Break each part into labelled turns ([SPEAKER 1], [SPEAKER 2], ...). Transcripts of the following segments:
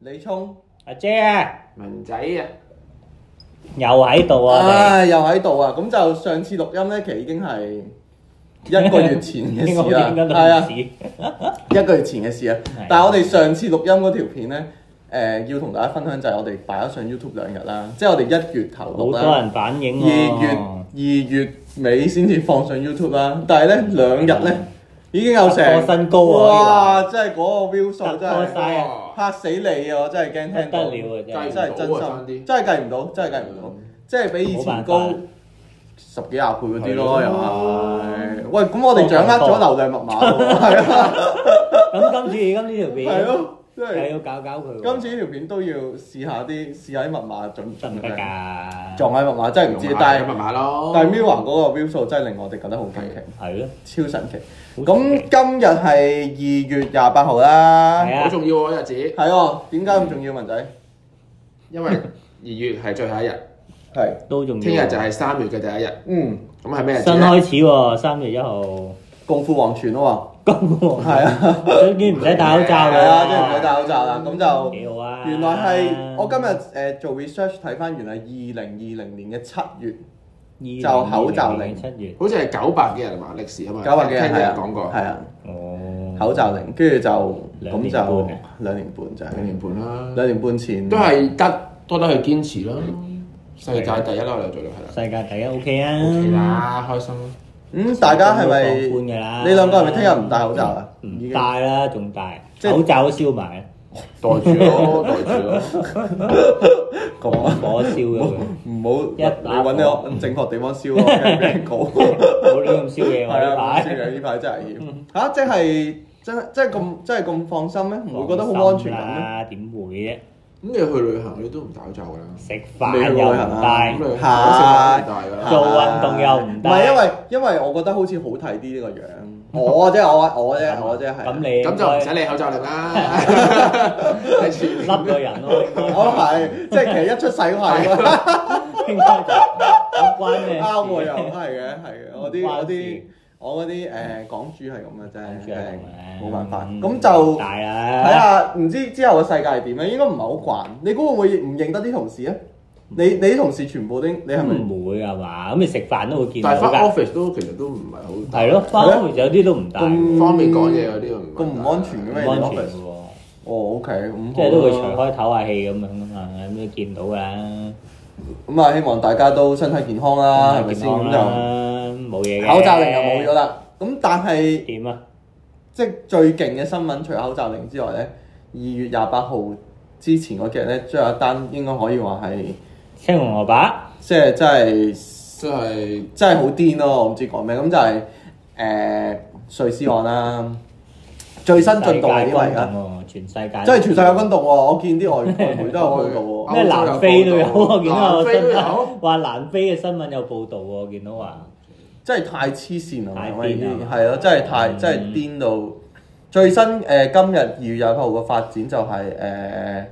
[SPEAKER 1] 李聰，
[SPEAKER 2] 阿姐啊，
[SPEAKER 3] 文仔啊，
[SPEAKER 2] 又喺度啊，我哋
[SPEAKER 1] 唉，又喺度啊！咁就上次錄音咧，其實已經係一個月前嘅
[SPEAKER 2] 應該
[SPEAKER 1] 事 啦，
[SPEAKER 2] 應該
[SPEAKER 1] 係
[SPEAKER 2] 都唔
[SPEAKER 1] 啊，
[SPEAKER 2] 止。
[SPEAKER 1] 一個月前嘅事啊
[SPEAKER 2] 係。
[SPEAKER 1] 但係我哋上次錄音嗰條片咧，誒、要同大家分享就係我哋擺咗上 YouTube 兩日啦，即係我哋一月頭
[SPEAKER 2] 好
[SPEAKER 1] 錄
[SPEAKER 2] 多
[SPEAKER 1] 啦，
[SPEAKER 2] 人反映
[SPEAKER 1] 二月
[SPEAKER 2] 喎，
[SPEAKER 1] 二月尾先至放上 YouTube 啦。但係咧兩日咧已經有成
[SPEAKER 2] 突破新高喎
[SPEAKER 1] 哇！真係嗰個 view 數真
[SPEAKER 2] 突破
[SPEAKER 1] 係
[SPEAKER 2] 晒係啊
[SPEAKER 3] 哇
[SPEAKER 1] 嚇死你啊！我真係驚
[SPEAKER 2] 不
[SPEAKER 1] 聽
[SPEAKER 2] 得
[SPEAKER 1] 到。
[SPEAKER 2] 了啊
[SPEAKER 1] 真
[SPEAKER 2] 真係。
[SPEAKER 3] 計
[SPEAKER 1] 係真
[SPEAKER 3] 唔到啊爭
[SPEAKER 1] 心，
[SPEAKER 3] 啲
[SPEAKER 1] 真係計唔到，真係計唔到，即係比以前高
[SPEAKER 2] 冇辦法
[SPEAKER 1] 十幾廿倍嗰啲
[SPEAKER 2] 係咯
[SPEAKER 1] 咯，又係。喂，咁我哋掌握咗流量密碼喎，係啊，
[SPEAKER 2] 咁今次今呢條
[SPEAKER 1] 係
[SPEAKER 2] 片
[SPEAKER 1] 咯，即
[SPEAKER 2] 又
[SPEAKER 1] 係
[SPEAKER 2] 要搞搞佢
[SPEAKER 1] 今
[SPEAKER 2] 喎，
[SPEAKER 1] 次呢條片都要試下啲試下啲密碼準唔
[SPEAKER 2] 得唔
[SPEAKER 1] 準
[SPEAKER 2] 得
[SPEAKER 1] 嘅，
[SPEAKER 2] 㗎？
[SPEAKER 1] 撞喺密碼真係唔知，但係
[SPEAKER 3] 密碼咯，
[SPEAKER 1] 但係 Miwa 嗰個 view 數真係令我哋覺得好驚
[SPEAKER 2] 係咯，
[SPEAKER 1] 奇，超神奇。
[SPEAKER 2] 好
[SPEAKER 1] 咁今日係二月廿八號啦
[SPEAKER 2] 係，啊
[SPEAKER 3] 好重要喎日子，
[SPEAKER 1] 係喎，點解咁重要文仔？
[SPEAKER 3] 因為二月係最後一日，
[SPEAKER 1] 係，
[SPEAKER 2] 都仲要。
[SPEAKER 3] 聽日就係三月嘅第一日，
[SPEAKER 1] 嗯，
[SPEAKER 3] 咁係咩日
[SPEAKER 2] 新
[SPEAKER 3] 子咧？
[SPEAKER 2] 開始喎，三月一號。
[SPEAKER 1] 共赴黃泉啊嘛，
[SPEAKER 2] 咁喎，
[SPEAKER 1] 係啊。
[SPEAKER 2] 已經唔使戴口罩㗎
[SPEAKER 1] 係
[SPEAKER 2] 啦
[SPEAKER 1] 啊，即係唔使戴口罩啦。咁就
[SPEAKER 2] 幾好啊！
[SPEAKER 1] 原來係我今日誒、呃做 research 睇翻，原來二零二零年嘅七月
[SPEAKER 2] 今
[SPEAKER 1] 就口罩令
[SPEAKER 2] 七月。
[SPEAKER 3] 好似係九百幾人係嘛歷史啊嘛，
[SPEAKER 1] 九百幾
[SPEAKER 3] 聽
[SPEAKER 1] 人
[SPEAKER 3] 啲
[SPEAKER 1] 係
[SPEAKER 3] 人
[SPEAKER 1] 啊，
[SPEAKER 3] 講過，
[SPEAKER 1] 係啊，
[SPEAKER 2] 哦，
[SPEAKER 1] 口罩令，跟住就
[SPEAKER 2] 兩
[SPEAKER 1] 咁
[SPEAKER 2] 年半
[SPEAKER 1] 就
[SPEAKER 2] 啊
[SPEAKER 1] 兩年半就係
[SPEAKER 3] 兩年半啦，
[SPEAKER 1] 兩年半前
[SPEAKER 3] 都係得多得去堅持咯，世界第一啦，我哋做到係啦
[SPEAKER 2] 世界第一 OK 啊
[SPEAKER 3] ，OK 啦，開心啦，
[SPEAKER 1] 嗯，大家係咪
[SPEAKER 2] 放寬㗎啦
[SPEAKER 1] 你兩個係咪聽日唔戴口罩啊？已
[SPEAKER 2] 唔
[SPEAKER 1] 經
[SPEAKER 2] 戴啦，仲戴
[SPEAKER 1] 即係
[SPEAKER 2] 口罩都燒埋，
[SPEAKER 3] 袋 住咯，袋住咯，
[SPEAKER 1] 講啊！
[SPEAKER 2] 火燒咗佢，
[SPEAKER 1] 唔好
[SPEAKER 2] 一
[SPEAKER 1] 你揾你正確地方燒咯，驚俾人 告。
[SPEAKER 2] 冇亂咁燒嘢喎
[SPEAKER 1] 係
[SPEAKER 2] 呢
[SPEAKER 1] 啊，唔知
[SPEAKER 2] 排。
[SPEAKER 1] 嘅呢排真係危險嚇，即係真真係咁真係咁放心咩？唔會覺得好
[SPEAKER 2] 放
[SPEAKER 1] 安
[SPEAKER 2] 心
[SPEAKER 1] 全感咩？
[SPEAKER 2] 啦，點會啫？
[SPEAKER 3] 咁你去旅行你都唔戴口罩㗎啦，
[SPEAKER 2] 食
[SPEAKER 1] 你去
[SPEAKER 2] 飯
[SPEAKER 1] 旅
[SPEAKER 2] 又
[SPEAKER 1] 行
[SPEAKER 2] 唔
[SPEAKER 1] 啊
[SPEAKER 2] 戴
[SPEAKER 3] 咁，你
[SPEAKER 1] 係
[SPEAKER 3] 食飯都唔戴㗎啦
[SPEAKER 2] 做。運動又唔
[SPEAKER 1] 唔係
[SPEAKER 2] 戴
[SPEAKER 1] 因為因為我覺得好似好睇啲呢個樣， 我啫我我啫我啫係。啊
[SPEAKER 2] 咁你
[SPEAKER 3] 咁就唔使
[SPEAKER 2] 應
[SPEAKER 3] 理口罩令啦， 係全
[SPEAKER 2] 該笠個人咯，應該
[SPEAKER 1] 我 係即係其實一出世都係喎，
[SPEAKER 2] 應該就咁關咩 事？
[SPEAKER 1] 啱喎又係嘅係嘅，我啲
[SPEAKER 2] 關
[SPEAKER 1] 我啲
[SPEAKER 2] 事
[SPEAKER 1] 我嗰啲誒港豬係咁嘅
[SPEAKER 2] 講
[SPEAKER 1] 啫，
[SPEAKER 2] 住係
[SPEAKER 1] 真係
[SPEAKER 2] 咁嘅
[SPEAKER 1] 冇辦法。
[SPEAKER 2] 嗯
[SPEAKER 1] 咁就
[SPEAKER 2] 戴
[SPEAKER 1] 睇
[SPEAKER 2] 啦，
[SPEAKER 1] 下唔知之後嘅世界係點咧，應該唔係好慣。你估會唔會唔認得啲同事咧？你你啲同事全部都你係咪？
[SPEAKER 2] 唔會係嘛？咁你食飯都會見到
[SPEAKER 3] 但係翻
[SPEAKER 2] 㗎。
[SPEAKER 3] office 都其實都唔係好
[SPEAKER 2] 係咯，翻
[SPEAKER 1] 係咯
[SPEAKER 2] office 有啲都唔戴，
[SPEAKER 1] 咁
[SPEAKER 2] 唔
[SPEAKER 3] 方便講嘢嗰啲唔
[SPEAKER 1] 咁唔安全嘅咩
[SPEAKER 2] 安全
[SPEAKER 1] office
[SPEAKER 2] 嘅喎，
[SPEAKER 1] 哦，OK，咁
[SPEAKER 2] 即係都會除
[SPEAKER 1] 好啦
[SPEAKER 2] 開唞下氣咁樣啊嘛，咁你見到㗎啦，
[SPEAKER 1] 咁啊，希望大家都身體健康啦，係咪
[SPEAKER 2] 健
[SPEAKER 1] 先？
[SPEAKER 2] 康
[SPEAKER 1] 咁就
[SPEAKER 2] 啦，冇嘢嘅。
[SPEAKER 1] 口罩令又冇咗啦。咁但係
[SPEAKER 2] 點啊？
[SPEAKER 1] 即係最勁嘅新聞，除口罩令之外咧，二月廿八號之前嗰幾日咧，最後一單應該可以話係
[SPEAKER 2] 青紅蘿蔔，
[SPEAKER 1] 即係真係
[SPEAKER 3] 即係
[SPEAKER 1] 真係好癲咯！我唔知講咩，咁就係、誒、瑞士案啦，最新進度係點嚟㗎？
[SPEAKER 2] 㗎？全世界啊
[SPEAKER 1] 即係全世界轟動喎！我見啲外外 媒都有報道喎。
[SPEAKER 2] 咩南非都有，我見到
[SPEAKER 3] 南
[SPEAKER 2] 我
[SPEAKER 3] 非都
[SPEAKER 2] 新
[SPEAKER 3] 有
[SPEAKER 2] 聞話南非嘅新聞有報導喎，見到話
[SPEAKER 1] 真係太黐線啦！
[SPEAKER 2] 太癲啦
[SPEAKER 1] 喂係啊，真係太
[SPEAKER 2] 嗯
[SPEAKER 1] 真係癲到最新誒、呃今日二月廿八號嘅發展就係、誒、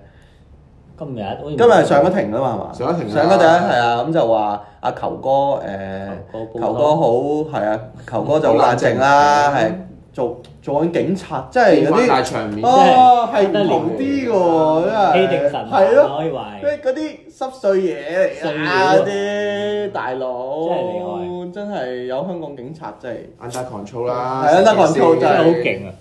[SPEAKER 2] 今日好
[SPEAKER 1] 今
[SPEAKER 2] 似
[SPEAKER 1] 日係上咗庭啦嘛係嘛？
[SPEAKER 3] 上咗庭啦
[SPEAKER 1] 上咗庭係啊，咁就話阿球哥誒、
[SPEAKER 2] 球哥
[SPEAKER 1] 球哥好係啊，球哥就好
[SPEAKER 3] 好冷
[SPEAKER 1] 冷靜啦，
[SPEAKER 3] 靜
[SPEAKER 1] 係做做緊警察，即係
[SPEAKER 3] 變
[SPEAKER 1] 有
[SPEAKER 3] 翻大
[SPEAKER 1] 啲
[SPEAKER 3] 場面，
[SPEAKER 1] 哦係唔
[SPEAKER 2] 真係
[SPEAKER 1] 同啲嘅喎，
[SPEAKER 2] 欺
[SPEAKER 1] 真係
[SPEAKER 2] 定神
[SPEAKER 1] 係
[SPEAKER 2] 閒
[SPEAKER 1] 咯。
[SPEAKER 2] 可以話係
[SPEAKER 1] 咩嗰啲濕碎嘢
[SPEAKER 2] 碎
[SPEAKER 1] 嚟
[SPEAKER 2] 料
[SPEAKER 1] 啊！
[SPEAKER 2] 啊
[SPEAKER 1] 啲大佬
[SPEAKER 2] 真係厲
[SPEAKER 1] 真係有香港警察真係
[SPEAKER 3] under control 啦，
[SPEAKER 1] 係 under control，
[SPEAKER 2] 真
[SPEAKER 1] 真
[SPEAKER 2] 係
[SPEAKER 1] 係
[SPEAKER 2] 好勁啊！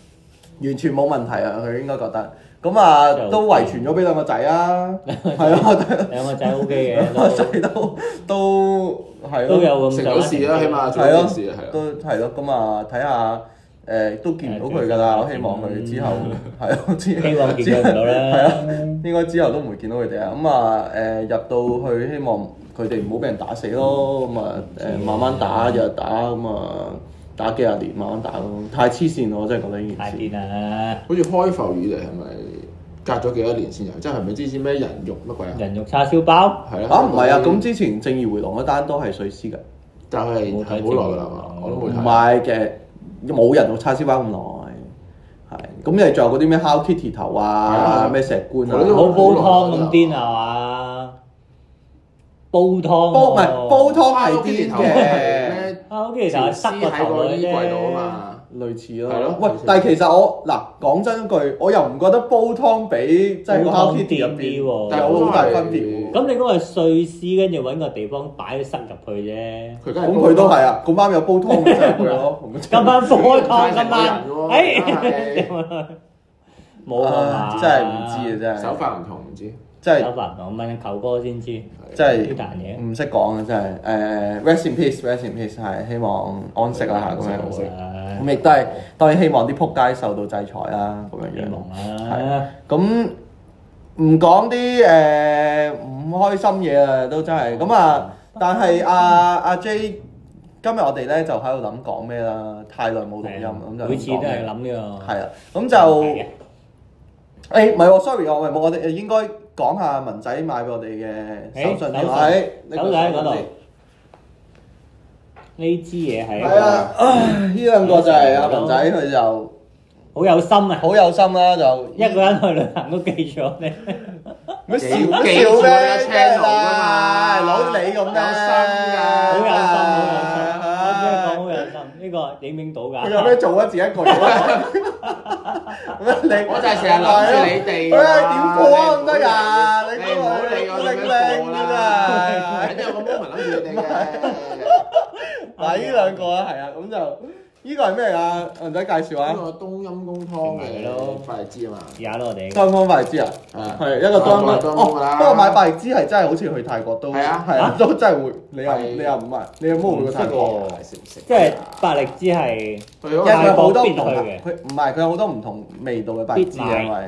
[SPEAKER 1] 完全冇問題啊！佢應該覺得咁
[SPEAKER 2] 真係
[SPEAKER 1] 啊，
[SPEAKER 2] 好
[SPEAKER 1] 都遺傳咗俾兩個仔 啊，係啊，
[SPEAKER 2] 兩個仔 OK 嘅
[SPEAKER 1] 兩個仔都都係咯
[SPEAKER 2] 都都有咁
[SPEAKER 3] 成到事啦，起碼做
[SPEAKER 1] 係
[SPEAKER 3] 到件
[SPEAKER 1] 咯
[SPEAKER 3] 事啊係，啦，
[SPEAKER 1] 都係咯，咁啊睇下誒都見唔到佢㗎啦，我希望佢 之後係咯，之
[SPEAKER 2] 嗯希望見佢唔到啦。
[SPEAKER 1] 係啊，應該之後都唔會見到佢哋啊。咁啊誒入到去，希望佢哋唔好俾人打死咯。咁啊誒慢慢打，日日打咁啊打幾廿年，慢慢打咯。太黐線咯，我真係覺得呢
[SPEAKER 2] 太
[SPEAKER 1] 件事。
[SPEAKER 2] 癲啦！
[SPEAKER 3] 好似開埠以嚟係咪隔咗幾多年先有？即係係咪之前咩人肉乜鬼啊？
[SPEAKER 2] 人肉叉燒包，
[SPEAKER 3] 係啦，
[SPEAKER 1] 啊唔係啊，咁之前正義迴廊嗰單都係水師㗎，
[SPEAKER 3] 但係係好耐㗎啦嘛，我都
[SPEAKER 1] 唔
[SPEAKER 3] 冇睇。
[SPEAKER 1] 係嘅，冇人用叉燒包咁耐。係，咁你仲有嗰啲咩 Hello Kitty 頭
[SPEAKER 3] 係啊係
[SPEAKER 1] 啊
[SPEAKER 3] 啊，
[SPEAKER 1] 咩石棺
[SPEAKER 3] 我都
[SPEAKER 1] 啊，
[SPEAKER 2] 好煲湯咁癲係嘛？煲湯喎
[SPEAKER 1] 煲唔係煲湯係癲
[SPEAKER 3] 頭
[SPEAKER 1] 嘅。
[SPEAKER 3] 咧，
[SPEAKER 2] 啊，好其實
[SPEAKER 3] 條
[SPEAKER 2] 係塞
[SPEAKER 3] 屍
[SPEAKER 2] 個
[SPEAKER 3] 喺
[SPEAKER 2] 頭
[SPEAKER 3] 個
[SPEAKER 2] 落去
[SPEAKER 3] 衣櫃度啊
[SPEAKER 2] 啫。
[SPEAKER 3] 嘛，
[SPEAKER 1] 類似咯。
[SPEAKER 3] 係咯
[SPEAKER 1] 喂
[SPEAKER 3] 類似，
[SPEAKER 1] 但係其實我嗱講真句，我又唔覺得煲湯比即係個 Hello Kitty 入邊
[SPEAKER 2] 煲湯
[SPEAKER 3] 掂啲喎
[SPEAKER 1] 有好大分別喎。
[SPEAKER 2] 咁你嗰個係碎絲，跟住揾個地方擺塞入去啫。
[SPEAKER 3] 佢梗係
[SPEAKER 1] 咁佢都係啊，咁啱有煲湯嘅真係佢 咯。咁
[SPEAKER 2] 今晚開
[SPEAKER 3] 太
[SPEAKER 2] 堂，今
[SPEAKER 3] 成個人
[SPEAKER 2] 晚，
[SPEAKER 3] 喎
[SPEAKER 2] 哎，冇啊
[SPEAKER 1] 啊
[SPEAKER 2] 嘛，
[SPEAKER 1] 真係唔知啊，真係
[SPEAKER 3] 手法唔同唔知，
[SPEAKER 1] 真係
[SPEAKER 2] 手法我問球哥先知
[SPEAKER 1] 真係
[SPEAKER 2] 呢單嘢。
[SPEAKER 1] 唔識講啊，真係誒 rest in peace，rest in peace 係希望安息啦咁樣
[SPEAKER 3] 安息。
[SPEAKER 2] 唉
[SPEAKER 1] 咁亦都係當然希望啲撲街受到制裁啦咁樣
[SPEAKER 2] 希
[SPEAKER 1] 樣。
[SPEAKER 2] 望啦，
[SPEAKER 1] 咁唔講啲誒唔開心嘢啊，都真係咁啊！但係阿阿 J 今日我哋咧就喺度諗講咩啦，太耐冇錄音咁就
[SPEAKER 2] 每次都
[SPEAKER 1] 諗
[SPEAKER 2] 係諗呢
[SPEAKER 1] 講咩
[SPEAKER 2] 個。
[SPEAKER 1] 係啦，咁
[SPEAKER 2] 係嘅
[SPEAKER 1] 就誒唔係喎，sorry 我唔係我哋應該講下文仔買俾我哋嘅手信
[SPEAKER 2] 誒手信
[SPEAKER 1] 啦，誒你
[SPEAKER 2] 手信喺嗰度
[SPEAKER 1] 講先
[SPEAKER 2] 呢支嘢係一
[SPEAKER 1] 係啊
[SPEAKER 2] 個，
[SPEAKER 1] 唉呢兩個就係阿文仔佢就
[SPEAKER 2] 好有心啊！
[SPEAKER 1] 好有心啦，就
[SPEAKER 2] 一個人去旅行都記住我哋。
[SPEAKER 1] 乜
[SPEAKER 3] 記
[SPEAKER 1] 笑
[SPEAKER 3] 記
[SPEAKER 1] 乜
[SPEAKER 3] 住我
[SPEAKER 1] 笑咩
[SPEAKER 3] 哋嘅
[SPEAKER 1] 真
[SPEAKER 3] channel
[SPEAKER 1] 係
[SPEAKER 3] 㗎
[SPEAKER 1] 啦，
[SPEAKER 3] 嘛
[SPEAKER 1] 佬你咁咩？
[SPEAKER 3] 有心㗎
[SPEAKER 1] à.
[SPEAKER 2] 好有心，好有心，dạ,
[SPEAKER 1] 啊
[SPEAKER 2] 我真係講好有心，呢個影唔影到㗎？
[SPEAKER 1] 佢有咩做啊？自己一個人。咩你
[SPEAKER 3] 我就係成日諗住你哋
[SPEAKER 1] 喂，
[SPEAKER 3] 啊
[SPEAKER 1] 點過啊？咁得㗎？
[SPEAKER 3] 你唔好理我
[SPEAKER 1] 拎
[SPEAKER 3] 點樣
[SPEAKER 1] 拎
[SPEAKER 3] 過
[SPEAKER 1] 㗎
[SPEAKER 3] 啦，
[SPEAKER 1] 咋
[SPEAKER 3] 肯？定有個 moment 諗住你哋嘅。
[SPEAKER 1] 嗱，呢兩個啊，係啊，咁就呢個係咩啊？唔使介紹
[SPEAKER 3] 呢
[SPEAKER 1] 啊。
[SPEAKER 3] 個冬陰功湯
[SPEAKER 2] 明白咯
[SPEAKER 3] 嘅快知啊嘛，
[SPEAKER 2] 試下咯，我哋
[SPEAKER 1] 雙方快枝啊，
[SPEAKER 3] 啊
[SPEAKER 1] 係一個雙方
[SPEAKER 3] 當然當然
[SPEAKER 1] 哦
[SPEAKER 3] 㗎啦。
[SPEAKER 1] 不過買快枝係真係好似去泰國都
[SPEAKER 3] 係啊
[SPEAKER 1] 係啊，都真係會。你又
[SPEAKER 3] 係
[SPEAKER 1] 你又唔係，你有冇去過泰國？
[SPEAKER 3] 係食唔食？
[SPEAKER 2] 即係百力之係
[SPEAKER 3] 佢嗰
[SPEAKER 1] 因
[SPEAKER 3] 個
[SPEAKER 1] 為佢
[SPEAKER 3] 係
[SPEAKER 1] 有好多唔同
[SPEAKER 2] 泰國
[SPEAKER 1] 嘅，
[SPEAKER 2] 必
[SPEAKER 1] 佢唔係佢有好多唔同味道嘅白芝啊，
[SPEAKER 2] 必買
[SPEAKER 1] 因為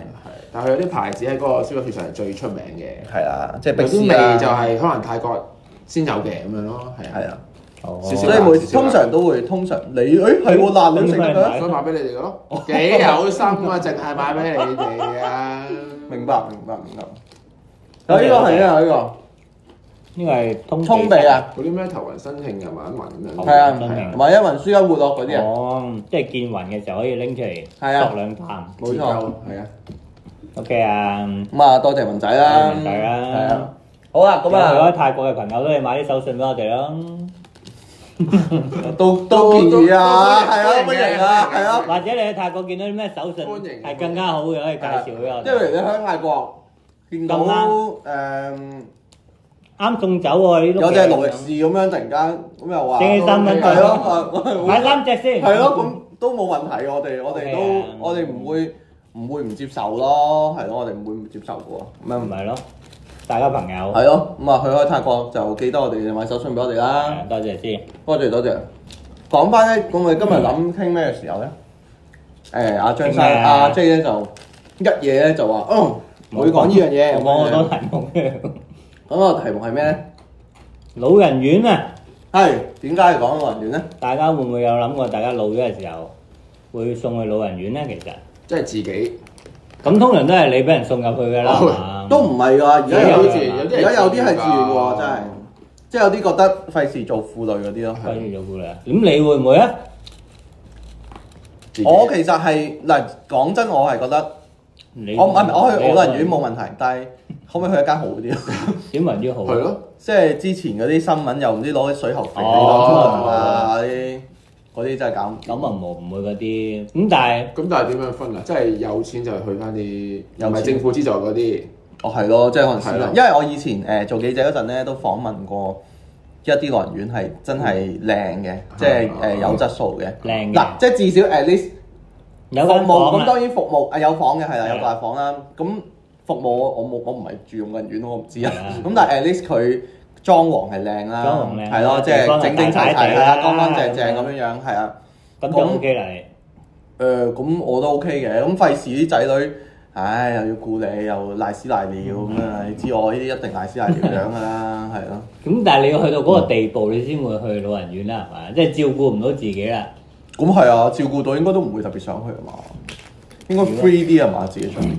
[SPEAKER 3] 但係佢有啲牌子喺嗰個超級市場係最出名嘅，
[SPEAKER 1] 係啦，即係
[SPEAKER 3] 有
[SPEAKER 1] 碧
[SPEAKER 3] 啲
[SPEAKER 1] 斯
[SPEAKER 3] 味
[SPEAKER 1] 啊
[SPEAKER 3] 就係可能泰國先有嘅咁樣咯，係
[SPEAKER 1] 係
[SPEAKER 3] 啊，
[SPEAKER 1] 啦，
[SPEAKER 3] 少少
[SPEAKER 1] 所以每通常都會通常你誒係喎辣你都食得嘅，
[SPEAKER 3] 所以買俾你哋嘅咯，幾有心啊，淨係買俾你哋啊，
[SPEAKER 1] 明白明白明白。有呢個係啊，有呢
[SPEAKER 2] 呢個係
[SPEAKER 1] 個
[SPEAKER 2] 通
[SPEAKER 1] 葱鼻啊，
[SPEAKER 3] 嗰啲咩頭暈身慶又玩一暈咁樣，
[SPEAKER 1] 係啊，
[SPEAKER 2] 真係
[SPEAKER 1] 同埋一雲舒一活絡嗰啲啊，
[SPEAKER 2] 哦，即係見雲嘅時候可以拎出嚟
[SPEAKER 1] 係啊
[SPEAKER 2] 索兩啖。
[SPEAKER 1] 冇
[SPEAKER 3] 自救
[SPEAKER 1] 錯。
[SPEAKER 3] 係啊，
[SPEAKER 2] OK à, 啊，
[SPEAKER 1] 咁啊，多謝文仔啦，
[SPEAKER 2] 多謝文仔啦
[SPEAKER 1] 係啊，好啦，咁
[SPEAKER 2] 有去咗
[SPEAKER 1] 啊，
[SPEAKER 2] 泰國嘅朋友都係買啲手信俾我哋咯，
[SPEAKER 1] 都都建議啊，
[SPEAKER 3] 都
[SPEAKER 1] 係啊，
[SPEAKER 3] 都歡
[SPEAKER 1] 歡
[SPEAKER 3] 迎
[SPEAKER 1] 迎啊，係啊。
[SPEAKER 2] 或者你去泰國見到啲咩手信
[SPEAKER 3] 歡迎
[SPEAKER 2] 係更加好嘅，可以
[SPEAKER 1] Dạ.
[SPEAKER 2] 介紹俾我
[SPEAKER 1] 因為
[SPEAKER 2] 哋。
[SPEAKER 1] 你喺泰國見到
[SPEAKER 2] 咁
[SPEAKER 1] 誒
[SPEAKER 2] 啱送酒喎，呢
[SPEAKER 1] 有隻勞力士咁樣，突然間咁又話
[SPEAKER 2] 正起身咁
[SPEAKER 1] 係咯，啊我 係
[SPEAKER 2] 買
[SPEAKER 1] 好
[SPEAKER 2] 三隻先。
[SPEAKER 1] 係咯，咁都冇問題嘅。我哋我哋
[SPEAKER 2] OK 啊
[SPEAKER 1] 都我哋唔會唔會唔接受咯，係咯，我哋唔會唔接受嘅喎。咁
[SPEAKER 2] 唔
[SPEAKER 1] 樣
[SPEAKER 2] 係咯，大家朋友，
[SPEAKER 1] 係咯，咁啊去開泰國就記得我哋買手信俾我哋啦。
[SPEAKER 2] 係多謝先。
[SPEAKER 1] 多謝多謝。講翻咧，咁我哋今日諗傾咩嘅時候咧？誒阿張生
[SPEAKER 2] 傾咩啊
[SPEAKER 1] 阿 J 咧就一嘢咧就話，嗯，會講呢樣嘢。
[SPEAKER 2] 我講好多題目嘅。
[SPEAKER 1] 咁個題目係咩咧？
[SPEAKER 2] 老人院啊，
[SPEAKER 1] 係點解要講老人院咧？
[SPEAKER 2] 大家會唔會有諗過？大家老咗嘅時候會送去老人院咧？其實
[SPEAKER 3] 即係自己，
[SPEAKER 2] 咁通常都係你俾人送入去㗎啦，
[SPEAKER 3] 哦
[SPEAKER 2] 係嘛
[SPEAKER 1] 都唔係㗎，啊而
[SPEAKER 3] 而
[SPEAKER 1] 家
[SPEAKER 3] 家
[SPEAKER 1] 有
[SPEAKER 3] 有
[SPEAKER 1] 啲
[SPEAKER 3] 啲自有啲
[SPEAKER 1] 而家有啲係自
[SPEAKER 3] 自願
[SPEAKER 1] 願喎，
[SPEAKER 3] 㗎
[SPEAKER 1] 真係，即係有啲覺得費事做婦女嗰啲咯。
[SPEAKER 2] 關於咗姑娘。咁你會唔會啊？
[SPEAKER 3] 自己
[SPEAKER 1] 我其實係嗱，講真，我係覺得
[SPEAKER 2] 你
[SPEAKER 1] 我唔係我去老人院冇問題，但係可唔可以去一間好啲？
[SPEAKER 2] 點為之好？
[SPEAKER 3] 係，咯，
[SPEAKER 1] 即係之前嗰啲新聞又唔知攞啲水喉肥你
[SPEAKER 2] 哦
[SPEAKER 1] 當啊嗰啲，嗰啲真係搞唔
[SPEAKER 2] 咁啊冇唔會嗰啲。咁但係
[SPEAKER 3] 咁但係點樣分啊？即係有錢就去翻啲，
[SPEAKER 1] 有
[SPEAKER 3] 又唔係
[SPEAKER 1] 錢
[SPEAKER 3] 政府資助嗰啲，
[SPEAKER 1] 哦，係咯，即係可能私人
[SPEAKER 3] 係咯
[SPEAKER 1] 因為我以前誒、呃做記者嗰陣咧，都訪問過一啲老人院係真係靚嘅，即係誒、呃有質素嘅。
[SPEAKER 2] 嗯靚嘅
[SPEAKER 1] 嗱，即係至少 at least
[SPEAKER 2] 有
[SPEAKER 1] 服
[SPEAKER 2] 間
[SPEAKER 1] 務
[SPEAKER 2] 房
[SPEAKER 1] 咁
[SPEAKER 2] 啊，
[SPEAKER 1] 當然服務啊有房嘅係啦，
[SPEAKER 2] 係啊
[SPEAKER 1] 有大房啦。咁服務我冇我唔係住用緊院，我唔知啊
[SPEAKER 2] 係啊。
[SPEAKER 1] 咁但係 at least 佢裝潢係靚啦，
[SPEAKER 2] 裝潢靚
[SPEAKER 1] 係咯，即
[SPEAKER 2] 地
[SPEAKER 1] 係
[SPEAKER 2] 方係
[SPEAKER 1] 整整齊
[SPEAKER 2] 大大
[SPEAKER 1] 齊
[SPEAKER 2] 地
[SPEAKER 1] 係
[SPEAKER 2] 啦嗯
[SPEAKER 1] 啦，乾乾淨淨咁樣樣係啊。
[SPEAKER 2] 咁就 OK 啦。你
[SPEAKER 1] 誒咁我都 OK 嘅，咁費事啲仔女，唉又要顧你又賴屎賴尿咁
[SPEAKER 2] 嗯
[SPEAKER 1] 啊！你知我呢啲一定賴屎賴尿樣㗎啦，係咯。
[SPEAKER 2] 咁但係你要去到嗰個地步，你先會去老人院啦，係嘛？即係照顧唔到自己啦。
[SPEAKER 1] 咁係啊，照顧到應該都唔會特別想去啊嘛，應該 free 啲啊嘛，自己想，又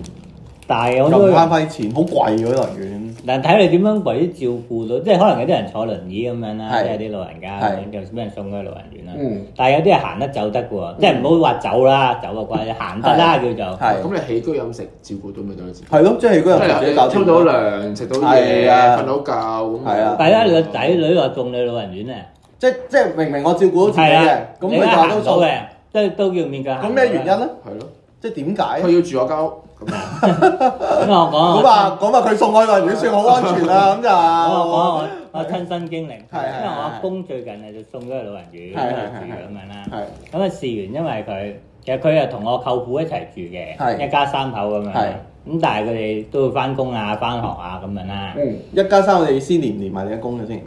[SPEAKER 2] 但係我
[SPEAKER 1] 唔
[SPEAKER 2] 都
[SPEAKER 1] 慳翻錢，好貴嗰啲樂園。
[SPEAKER 2] 但睇你點樣為之照顧到，即係可能有啲人坐輪椅咁樣啦，
[SPEAKER 1] 係
[SPEAKER 2] 即係啲老人家
[SPEAKER 1] 係
[SPEAKER 2] 就俾人送去老人院啦。
[SPEAKER 1] 嗯
[SPEAKER 2] 但係有啲係行得走得嘅喎，即係唔好話走啦，走啊關，行得啦叫做。
[SPEAKER 1] 係
[SPEAKER 3] 咁你起居飲食照顧到咪到自己？
[SPEAKER 1] 係咯，即係嗰
[SPEAKER 3] 即
[SPEAKER 1] 人自己搞
[SPEAKER 3] 係
[SPEAKER 1] 掂
[SPEAKER 3] 沖到涼、食到嘢、
[SPEAKER 1] 係啊
[SPEAKER 3] 瞓到覺咁。
[SPEAKER 1] 係啊
[SPEAKER 2] 但係咧，你個仔女話送你老人院啊，
[SPEAKER 1] 即即係明明我照顧到自己
[SPEAKER 2] 係
[SPEAKER 1] 嘅
[SPEAKER 2] 啊，，
[SPEAKER 1] 咁
[SPEAKER 2] 你
[SPEAKER 1] 佢
[SPEAKER 2] 咧
[SPEAKER 1] 就
[SPEAKER 2] 行
[SPEAKER 1] 都
[SPEAKER 2] 到
[SPEAKER 1] 數
[SPEAKER 2] 嘅，即係都要面㗎。
[SPEAKER 1] 咁咩原因？啊咧？
[SPEAKER 3] 係咯，
[SPEAKER 1] 即係點解？
[SPEAKER 3] 佢要住我間屋咁啊，
[SPEAKER 2] 咁我講
[SPEAKER 1] 咁
[SPEAKER 2] 我
[SPEAKER 1] 啊，咁啊，佢送我代表算好安全啊 啦，咁就
[SPEAKER 2] 我講我我親身經歷，因為我
[SPEAKER 1] 係係
[SPEAKER 2] 阿公最近啊就送咗去老人院
[SPEAKER 1] 係係
[SPEAKER 2] 嗰度住
[SPEAKER 1] 係係
[SPEAKER 2] 咁樣啦。
[SPEAKER 1] 係
[SPEAKER 2] 咁啊事緣因為佢其實佢啊同我舅父一齊住嘅，
[SPEAKER 1] 係
[SPEAKER 2] 一家三口咁樣
[SPEAKER 1] 係
[SPEAKER 2] 啦。咁但係佢哋都會翻工啊、翻學啊咁樣啦，
[SPEAKER 1] 嗯，一家三，你先連唔連埋你一公嘅先？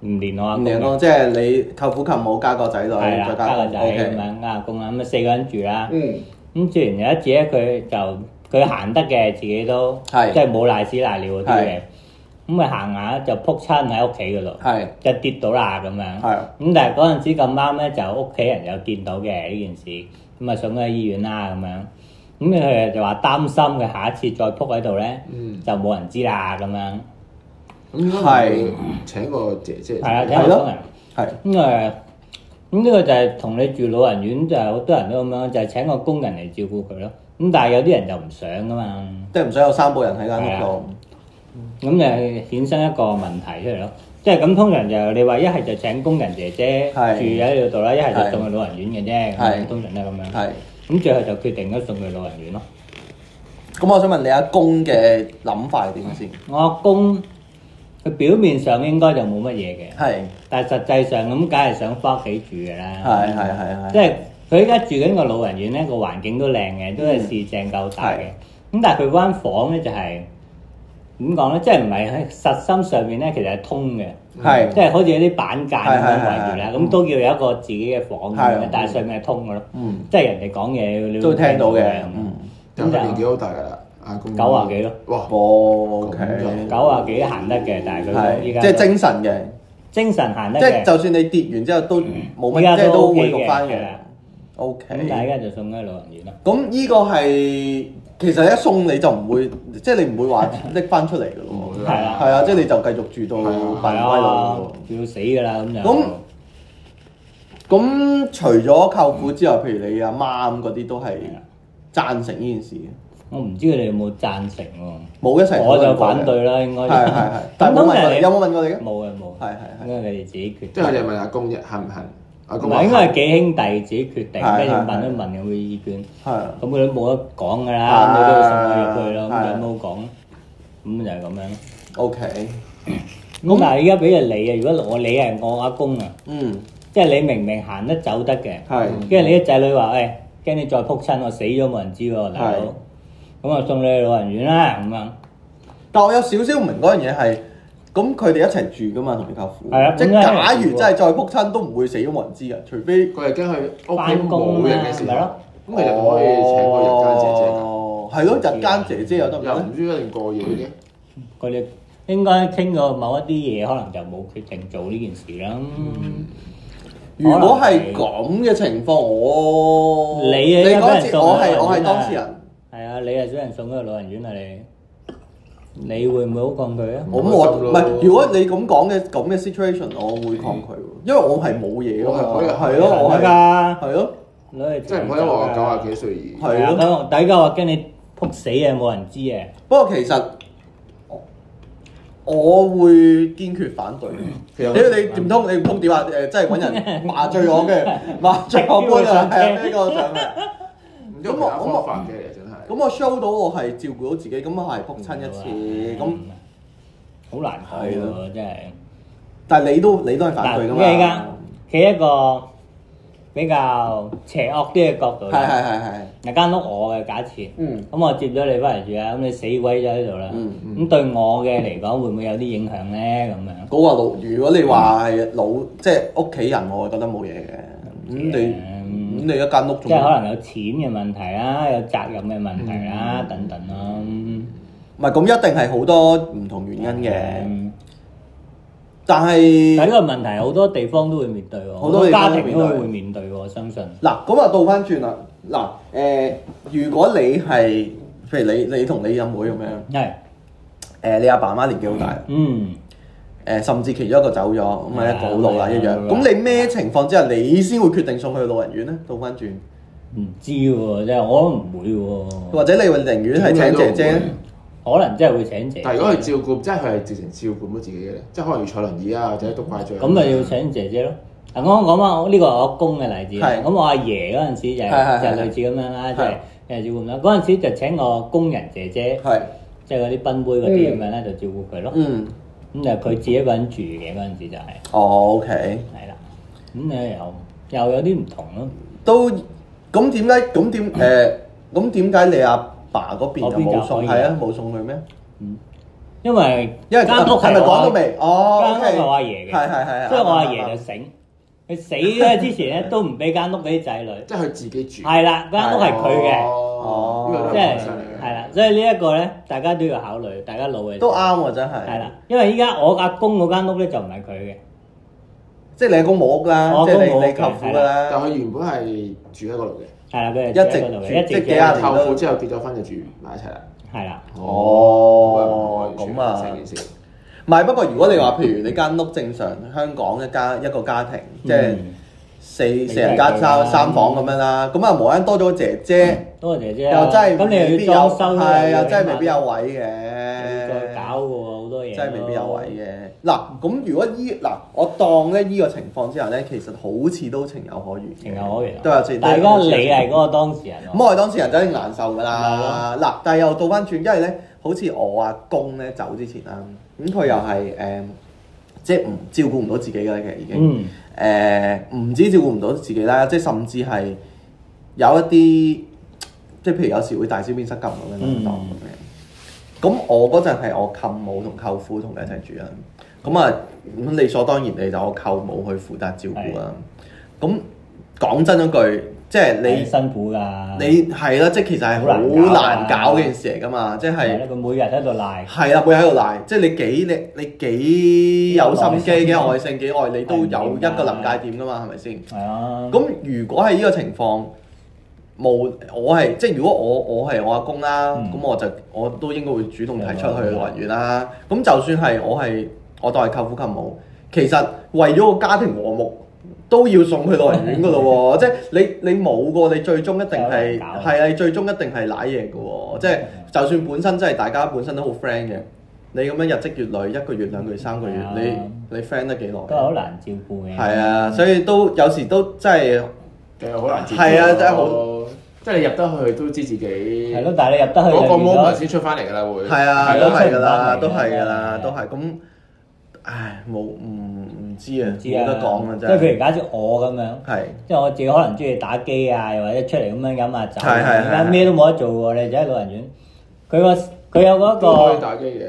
[SPEAKER 2] 唔連我阿
[SPEAKER 1] 唔
[SPEAKER 2] 啊公
[SPEAKER 1] 連
[SPEAKER 2] 嘅。
[SPEAKER 1] 咯，即係你舅父舅母加個仔女，
[SPEAKER 2] 係啦，
[SPEAKER 1] 再
[SPEAKER 2] 加個
[SPEAKER 1] 個
[SPEAKER 2] 仔
[SPEAKER 1] O
[SPEAKER 2] 咁
[SPEAKER 1] K，
[SPEAKER 2] 樣加阿公啦，咁啊四個人住啦。
[SPEAKER 1] 嗯，
[SPEAKER 2] 咁住完有一次咧，佢就佢行得嘅，自己都即
[SPEAKER 1] 係
[SPEAKER 2] 係冇賴屎賴尿嗰啲嘅
[SPEAKER 1] 係。
[SPEAKER 2] 咁佢行下就撲親喺屋企嗰度，
[SPEAKER 1] 係
[SPEAKER 2] 就跌到啦咁樣。
[SPEAKER 1] 係
[SPEAKER 2] 咁但係嗰陣時咁啱咧，就屋企人有見到嘅呢件事，咁啊送咗去醫院啦咁樣。咁佢就話擔心佢下一次再撲喺度咧，
[SPEAKER 3] 嗯，
[SPEAKER 2] 就冇人知啦咁樣。
[SPEAKER 3] 咁應該
[SPEAKER 1] 係
[SPEAKER 3] 係請個姐姐，
[SPEAKER 2] 係啦，
[SPEAKER 1] 係
[SPEAKER 2] 聽我
[SPEAKER 1] 咯
[SPEAKER 2] 講人。
[SPEAKER 1] 係
[SPEAKER 2] 咁誒，咁呢個就係同你住老人院，就係好多人都咁樣，就係請個工人嚟照顧佢咯。咁但係有啲人就唔想噶嘛，
[SPEAKER 1] 即係唔想有三個人喺間屋度。
[SPEAKER 2] 咁就衍生一個問題出嚟咯。即係咁，通常就你話一係就請工人姐姐住
[SPEAKER 1] 係
[SPEAKER 2] 喺呢度啦，一係就
[SPEAKER 1] 係
[SPEAKER 2] 送去老人院嘅啫。
[SPEAKER 1] 係
[SPEAKER 2] 通常都係啊咁樣。
[SPEAKER 1] 係，
[SPEAKER 2] 咁最後就決定咗送去老人院咯。
[SPEAKER 1] 咁我想問你阿公嘅諗法係點先？
[SPEAKER 2] 我阿公佢表面上應該就冇乜嘢嘅，
[SPEAKER 1] 係
[SPEAKER 2] 但係實際上咁梗係想翻屋企住嘅啦。
[SPEAKER 1] 係係係
[SPEAKER 2] 啊即
[SPEAKER 1] 係
[SPEAKER 2] 係佢依家住緊個老人院咧，個環境都靚嘅，都係市正夠大嘅。咁但係佢嗰間房咧就係點講咧？即係唔係喺實心上面咧，其實係通嘅，
[SPEAKER 1] 係
[SPEAKER 2] 即係好似有啲板間咁
[SPEAKER 1] 嗯係係
[SPEAKER 2] 樣
[SPEAKER 1] 係
[SPEAKER 2] 圍住啦。
[SPEAKER 1] 係嗯
[SPEAKER 2] 咁都要有一個自己嘅房咁樣
[SPEAKER 1] 係
[SPEAKER 2] 但係上面係通嘅咯。
[SPEAKER 1] 嗯
[SPEAKER 2] 即係人哋講嘢，你
[SPEAKER 1] 都聽到嘅
[SPEAKER 2] 咁樣
[SPEAKER 1] 嗯
[SPEAKER 3] 但係佢年紀好大㗎啦，阿公
[SPEAKER 2] 九啊幾咯，
[SPEAKER 3] 哇，
[SPEAKER 1] ，O K，
[SPEAKER 3] 咁
[SPEAKER 2] 九啊幾行得嘅，但係佢依
[SPEAKER 1] 哦係
[SPEAKER 2] 家
[SPEAKER 1] 即係精神嘅，
[SPEAKER 2] 精神行得
[SPEAKER 1] 即係
[SPEAKER 2] 嘅。嗯
[SPEAKER 1] 就算你跌完之後都冇
[SPEAKER 2] 依家
[SPEAKER 1] 乜，即係
[SPEAKER 2] 都
[SPEAKER 1] 都
[SPEAKER 2] OK
[SPEAKER 1] 恢復翻
[SPEAKER 2] 嘅係
[SPEAKER 1] 嘅
[SPEAKER 2] 啦。
[SPEAKER 1] O
[SPEAKER 2] 咁但係
[SPEAKER 1] K，
[SPEAKER 2] 依家就送咗去老人院咯。
[SPEAKER 1] 咁呢個係其實一送你就唔會，即係你唔會 話拎翻出嚟嘅咯喎。
[SPEAKER 2] 係啊
[SPEAKER 1] 係啊，即係你就繼續住到
[SPEAKER 2] 係
[SPEAKER 1] 扮威
[SPEAKER 2] 啊
[SPEAKER 1] 咯。，
[SPEAKER 2] 要死㗎啦咁就。
[SPEAKER 1] 咁咁除咗舅父之外，譬如你阿媽咁嗰啲都係贊成呢件事嘅，
[SPEAKER 2] 我唔知佢哋有冇贊成喎。
[SPEAKER 1] 冇一齊
[SPEAKER 2] 我
[SPEAKER 1] 討論
[SPEAKER 2] 就
[SPEAKER 1] 過嘅
[SPEAKER 2] 反。對啦，應該。
[SPEAKER 1] 係係係，但係冇
[SPEAKER 2] 通
[SPEAKER 1] 問
[SPEAKER 2] 常
[SPEAKER 1] 過你，
[SPEAKER 2] 你
[SPEAKER 1] 有冇問過你嘅？
[SPEAKER 2] 冇嘅冇。
[SPEAKER 1] 係係
[SPEAKER 2] 應該佢哋自己決
[SPEAKER 3] 即係佢
[SPEAKER 2] 定。
[SPEAKER 3] 哋問阿公啫，恨唔恨？阿
[SPEAKER 2] 唔
[SPEAKER 3] 公話
[SPEAKER 2] 係應該係
[SPEAKER 3] 恨
[SPEAKER 2] 幾兄弟自己決定，
[SPEAKER 1] 係
[SPEAKER 2] 跟住
[SPEAKER 1] 係
[SPEAKER 2] 問一問有冇意見，
[SPEAKER 1] 係，啊係
[SPEAKER 2] 咁佢都冇得講㗎啦，咁你都要送佢入去咯，
[SPEAKER 1] 係
[SPEAKER 2] 咁就冇講。咁就係咁樣咯。
[SPEAKER 1] OK，
[SPEAKER 2] 咁但係而家俾咗你啊！如果我你係我阿公啊，
[SPEAKER 1] 嗯，
[SPEAKER 2] 即係你明明行得走得嘅，
[SPEAKER 1] 係
[SPEAKER 2] 跟住你啲仔女話：，誒，驚你再撲親我死咗冇人知喎，大佬
[SPEAKER 1] 係。
[SPEAKER 2] 咁啊送你去老人院啦，咁樣。
[SPEAKER 1] 但我有少少唔明嗰樣嘢係，咁佢哋一齊住噶嘛，同你舅父，
[SPEAKER 2] 係啊
[SPEAKER 1] 即
[SPEAKER 2] 咁
[SPEAKER 1] 係
[SPEAKER 2] 梗係
[SPEAKER 1] 假
[SPEAKER 2] 一齊
[SPEAKER 1] 如
[SPEAKER 2] 住喎
[SPEAKER 1] 真係再撲親都唔會死咗冇人知㗎，除非
[SPEAKER 3] 佢係驚佢屋企
[SPEAKER 2] 翻工
[SPEAKER 3] 冇
[SPEAKER 2] 啊
[SPEAKER 3] 人嘅時候
[SPEAKER 2] 咪咯，
[SPEAKER 3] 咁其實可以請個日間姐姐㗎。
[SPEAKER 1] 哦，係咯，日間姐姐有得唔得
[SPEAKER 3] 又
[SPEAKER 1] 咧
[SPEAKER 3] 唔？知一定過夜嘅，
[SPEAKER 2] 佢哋應該傾過某一啲嘢，可能就冇決定做呢件事啦。
[SPEAKER 1] 如果係咁嘅情況，我
[SPEAKER 2] 你啊
[SPEAKER 1] 你
[SPEAKER 2] 因為俾
[SPEAKER 1] 嗰
[SPEAKER 2] 人
[SPEAKER 1] 次
[SPEAKER 2] 送
[SPEAKER 1] 我
[SPEAKER 2] 咗
[SPEAKER 1] 係
[SPEAKER 2] 老
[SPEAKER 1] 我係
[SPEAKER 2] 人
[SPEAKER 1] 當
[SPEAKER 2] 院
[SPEAKER 1] 事
[SPEAKER 2] 啊
[SPEAKER 1] 人，
[SPEAKER 2] 係啊，你係將人送咗去老人院啊，你你會唔會好抗拒啊？
[SPEAKER 1] 我咁
[SPEAKER 3] 唔開心
[SPEAKER 1] 我
[SPEAKER 3] 咯
[SPEAKER 1] 唔係如果你咁講嘅咁嘅 situation，我會抗拒喎，因為我係冇嘢㗎嘛
[SPEAKER 3] 我係，可以
[SPEAKER 1] 係咯，我
[SPEAKER 2] 得
[SPEAKER 1] 係
[SPEAKER 2] 㗎，
[SPEAKER 1] 係咯，
[SPEAKER 2] 攞去
[SPEAKER 3] 即係唔可以話我九啊幾歲而
[SPEAKER 1] 係
[SPEAKER 2] 係啊，
[SPEAKER 1] 咯
[SPEAKER 2] 咁我大家話驚你撲死啊，冇人知啊。
[SPEAKER 1] 不過其實我我會堅決反對。
[SPEAKER 2] 嗯
[SPEAKER 3] 其
[SPEAKER 1] 屌
[SPEAKER 3] 實
[SPEAKER 1] 你唔通你唔通點啊？誒，即係揾 人麻醉我嘅，麻醉我搬啊，係啊，呢個想嘅。
[SPEAKER 3] 唔知有其他方法嘅，其實真係。
[SPEAKER 1] 咁我 show 到我係照顧到自己，咁我係撲親一次，咁
[SPEAKER 2] 嗯好難講
[SPEAKER 1] 係
[SPEAKER 2] 喎，
[SPEAKER 1] 咯
[SPEAKER 2] 真係。
[SPEAKER 1] 但係你都你都係反對㗎
[SPEAKER 2] 因為而家
[SPEAKER 1] 嘛？
[SPEAKER 2] 企一個比較邪惡啲嘅角度
[SPEAKER 1] 係
[SPEAKER 2] 啦，
[SPEAKER 1] 係係係，
[SPEAKER 2] 嗱間屋我嘅假設。
[SPEAKER 1] 嗯
[SPEAKER 2] 咁我接咗你翻嚟住啊，咁你死鬼咗喺度啦。
[SPEAKER 1] 嗯
[SPEAKER 2] 咁、對我嘅嚟講，會唔會有啲影響咧？咁樣
[SPEAKER 1] 嗰個老，如果你話係老，即係屋企人，我覺得冇嘢嘅。咁你咁你一間屋
[SPEAKER 2] 即
[SPEAKER 1] 仲
[SPEAKER 2] 係可能有錢嘅問題啦，有責任嘅問題
[SPEAKER 1] 嗯
[SPEAKER 2] 啦，等等咯。
[SPEAKER 1] 唔係咁，一定係好多唔同原因嘅。
[SPEAKER 2] 嗯
[SPEAKER 1] 但
[SPEAKER 2] 但係
[SPEAKER 1] 係
[SPEAKER 2] 呢個問題好多地方都會面對喎，
[SPEAKER 1] 好
[SPEAKER 2] 好
[SPEAKER 1] 多
[SPEAKER 2] 多
[SPEAKER 1] 地
[SPEAKER 2] 家
[SPEAKER 1] 方都
[SPEAKER 2] 庭都會
[SPEAKER 1] 面
[SPEAKER 2] 面對喎，我相信。
[SPEAKER 1] 嗱，咁啊倒翻轉啦。嗱，誒，如果你係譬如你你同你阿妹咁樣，
[SPEAKER 2] 係，
[SPEAKER 1] 誒你阿爸媽年紀好大，
[SPEAKER 2] 嗯，
[SPEAKER 1] 誒甚至其中一個走咗，咁啊一個好老啦一樣。咁你咩情況之下你先會決定送去老人院咧？倒翻轉，
[SPEAKER 2] 唔知喎，即係我都唔會喎，
[SPEAKER 1] 或者你會寧願係請姐姐呢？
[SPEAKER 2] 可能真係會請姐姐。
[SPEAKER 3] 但係如果佢照顧，即係佢係直情照顧唔到自己嘅咧，即係可能要坐輪椅啊，或者督拐杖。
[SPEAKER 2] 咁咪要請姐姐咯。嗱，我講翻我呢個係我阿公嘅例子啦。
[SPEAKER 1] 係
[SPEAKER 2] 咁我阿爺嗰陣時就
[SPEAKER 1] 係係係
[SPEAKER 2] 係就係類似咁樣啦，
[SPEAKER 1] 係
[SPEAKER 2] 即係誒照顧啦。嗰陣時就請個工人姐姐，
[SPEAKER 1] 係，
[SPEAKER 2] 即係嗰啲賓妹嗰啲咁樣咧，就照顧佢咯。
[SPEAKER 1] 嗯，
[SPEAKER 2] 咁就佢自己一個人住嘅嗰陣時就係
[SPEAKER 1] 哦，OK，
[SPEAKER 2] 係啦。咁誒又又有啲唔同咯。
[SPEAKER 1] 都咁點解？咁點誒？咁點解你阿爸嗰邊
[SPEAKER 2] 我
[SPEAKER 1] 就
[SPEAKER 2] 邊
[SPEAKER 1] 冇
[SPEAKER 2] 就可
[SPEAKER 1] 送？
[SPEAKER 2] 以
[SPEAKER 1] 係啊，冇送佢咩？
[SPEAKER 2] 因為
[SPEAKER 1] 因為
[SPEAKER 2] 間屋
[SPEAKER 1] 係咪
[SPEAKER 2] 係我
[SPEAKER 1] 講
[SPEAKER 2] 阿
[SPEAKER 1] 到未？哦，
[SPEAKER 2] 間屋係我阿爺嘅，
[SPEAKER 1] 係係係，
[SPEAKER 2] 所以我阿爺就
[SPEAKER 1] 啱啱啱
[SPEAKER 2] 醒，佢死咧之前咧都唔俾間屋俾啲仔女，
[SPEAKER 3] 即係佢自己住。
[SPEAKER 2] 係啦，間屋係佢嘅，
[SPEAKER 3] 哦，呢個都
[SPEAKER 2] 即
[SPEAKER 3] 係
[SPEAKER 2] 係
[SPEAKER 3] 學生嚟嘅。
[SPEAKER 2] 係啦，所以呢一個咧大家都要考慮，大家老嘅時候
[SPEAKER 1] 都啱喎，真係。
[SPEAKER 2] 係啦，因為依家我阿公嗰間屋咧就唔係佢嘅，
[SPEAKER 1] 即係你阿公冇屋啦，
[SPEAKER 2] 我
[SPEAKER 1] 即
[SPEAKER 2] 哦阿公
[SPEAKER 1] 係
[SPEAKER 2] 冇屋
[SPEAKER 1] 你你
[SPEAKER 2] 嘅
[SPEAKER 1] 舅父㗎
[SPEAKER 3] 但
[SPEAKER 1] 啦，
[SPEAKER 3] 佢原本係住喺嗰度嘅，
[SPEAKER 2] 係啦，佢係
[SPEAKER 1] 一直
[SPEAKER 2] 住喺嗰度嘅，一
[SPEAKER 1] 住即係
[SPEAKER 2] 直
[SPEAKER 1] 幾廿年
[SPEAKER 3] 後父之後結咗婚就住埋一齊啦。
[SPEAKER 2] 係啦，
[SPEAKER 1] 哦咁啊
[SPEAKER 3] 成件事
[SPEAKER 1] 唔係不過如果你話譬如你間屋正常香港一家一個家庭，即係
[SPEAKER 2] 嗯
[SPEAKER 1] 四四人家三三房咁樣啦，咁啊無端多咗個姐姐，
[SPEAKER 2] 多謝姐姐
[SPEAKER 1] 又
[SPEAKER 2] 啊，
[SPEAKER 1] 真係
[SPEAKER 2] 咁
[SPEAKER 1] 未
[SPEAKER 2] 你
[SPEAKER 1] 必
[SPEAKER 2] 又
[SPEAKER 1] 有，
[SPEAKER 2] 要裝修啦
[SPEAKER 1] 係啊，
[SPEAKER 2] 又要
[SPEAKER 1] 真係未必有位
[SPEAKER 2] 起碼要再
[SPEAKER 1] 嘅，
[SPEAKER 2] 搞嘅喎，好多嘢
[SPEAKER 1] 真係未必有
[SPEAKER 2] 咯
[SPEAKER 1] 位嘅。嗱咁如果依嗱我當咧依個情況之下咧，其實好似都情有可原嘅，
[SPEAKER 2] 情有可原啊
[SPEAKER 1] 都有情。
[SPEAKER 2] 大
[SPEAKER 1] 都有
[SPEAKER 2] 家
[SPEAKER 1] 情
[SPEAKER 2] 你係嗰個當事人
[SPEAKER 1] 咁
[SPEAKER 2] 喎，
[SPEAKER 1] 我哋當事人就一定難受㗎
[SPEAKER 2] 啊
[SPEAKER 1] 啦。嗱，但係又倒翻轉，因為咧，好似我阿公咧走之前啦，咁佢又係誒，即係唔照顧唔到自己㗎啦，其實已經誒唔
[SPEAKER 2] 嗯、
[SPEAKER 1] 止照顧唔到自己啦，即係甚至係有一啲即係譬如有時會大小便失禁咁樣
[SPEAKER 2] 嗯
[SPEAKER 1] 當咁樣。咁我嗰陣係我舅母同舅父同佢一齊住啦，咁啊咁理所當然你就我舅母去負責照顧啦。咁講真嗰句，即係你
[SPEAKER 2] 係。辛苦㗎，
[SPEAKER 1] 你係啦，即係其實係好難搞嘅件事嚟噶嘛，即
[SPEAKER 2] 係
[SPEAKER 1] 係
[SPEAKER 2] 啦，佢每日喺度賴，
[SPEAKER 1] 係啦，會喺度賴，即係你幾你你幾有心機幾有愛性幾愛你都有一個臨界點噶嘛，係咪先？
[SPEAKER 2] 係啊，
[SPEAKER 1] 咁如果係呢個情況，冇我係即係如果我我係我阿公啦，
[SPEAKER 2] 嗯
[SPEAKER 1] 咁我就我都應該會主動提出去來源啦。咁就算係我係我當係舅父舅母，其實為咗個家庭和睦。都要送去老人院噶 咯喎，即係你你冇過，你最終一定係
[SPEAKER 2] 有人搞嗯
[SPEAKER 1] 係啊，你最終一定係賴嘢噶喎，即係就算本身真係大家本身都好 friend 嘅，你咁樣日積月累，一個月兩個月三個月
[SPEAKER 2] 係啊，
[SPEAKER 1] 你你 friend 得幾耐？
[SPEAKER 2] 都係好難照顧嘅，
[SPEAKER 1] 係啊，所以都有時都真係
[SPEAKER 3] 其實好難接受。
[SPEAKER 1] 係啊真係好，
[SPEAKER 3] 即係你入得去都知自己
[SPEAKER 2] 係咯，但係你入得去
[SPEAKER 3] 嗰個
[SPEAKER 2] 就變
[SPEAKER 3] moment
[SPEAKER 2] 咗，
[SPEAKER 3] 先出翻嚟㗎啦，會
[SPEAKER 1] 係啊，
[SPEAKER 2] 係
[SPEAKER 1] 都
[SPEAKER 2] 咯
[SPEAKER 1] 係㗎啦，都
[SPEAKER 2] 出唔返
[SPEAKER 1] 係
[SPEAKER 2] 嚟
[SPEAKER 1] 㗎啦，
[SPEAKER 2] 嘅
[SPEAKER 1] 都係咁。唉，冇唔唔知啊，
[SPEAKER 2] 唔知啊
[SPEAKER 1] 冇得講啊，
[SPEAKER 2] 即
[SPEAKER 1] 真
[SPEAKER 2] 係譬
[SPEAKER 1] 係。
[SPEAKER 2] 如假設我咁樣。
[SPEAKER 1] 係
[SPEAKER 2] 即係我自己可能中意打機啊，又或者出嚟咁樣飲下酒，
[SPEAKER 1] 係係係
[SPEAKER 2] 而家咩都冇得做喎，你就喺老人院。佢個佢有嗰個
[SPEAKER 3] 都可以打機嘅，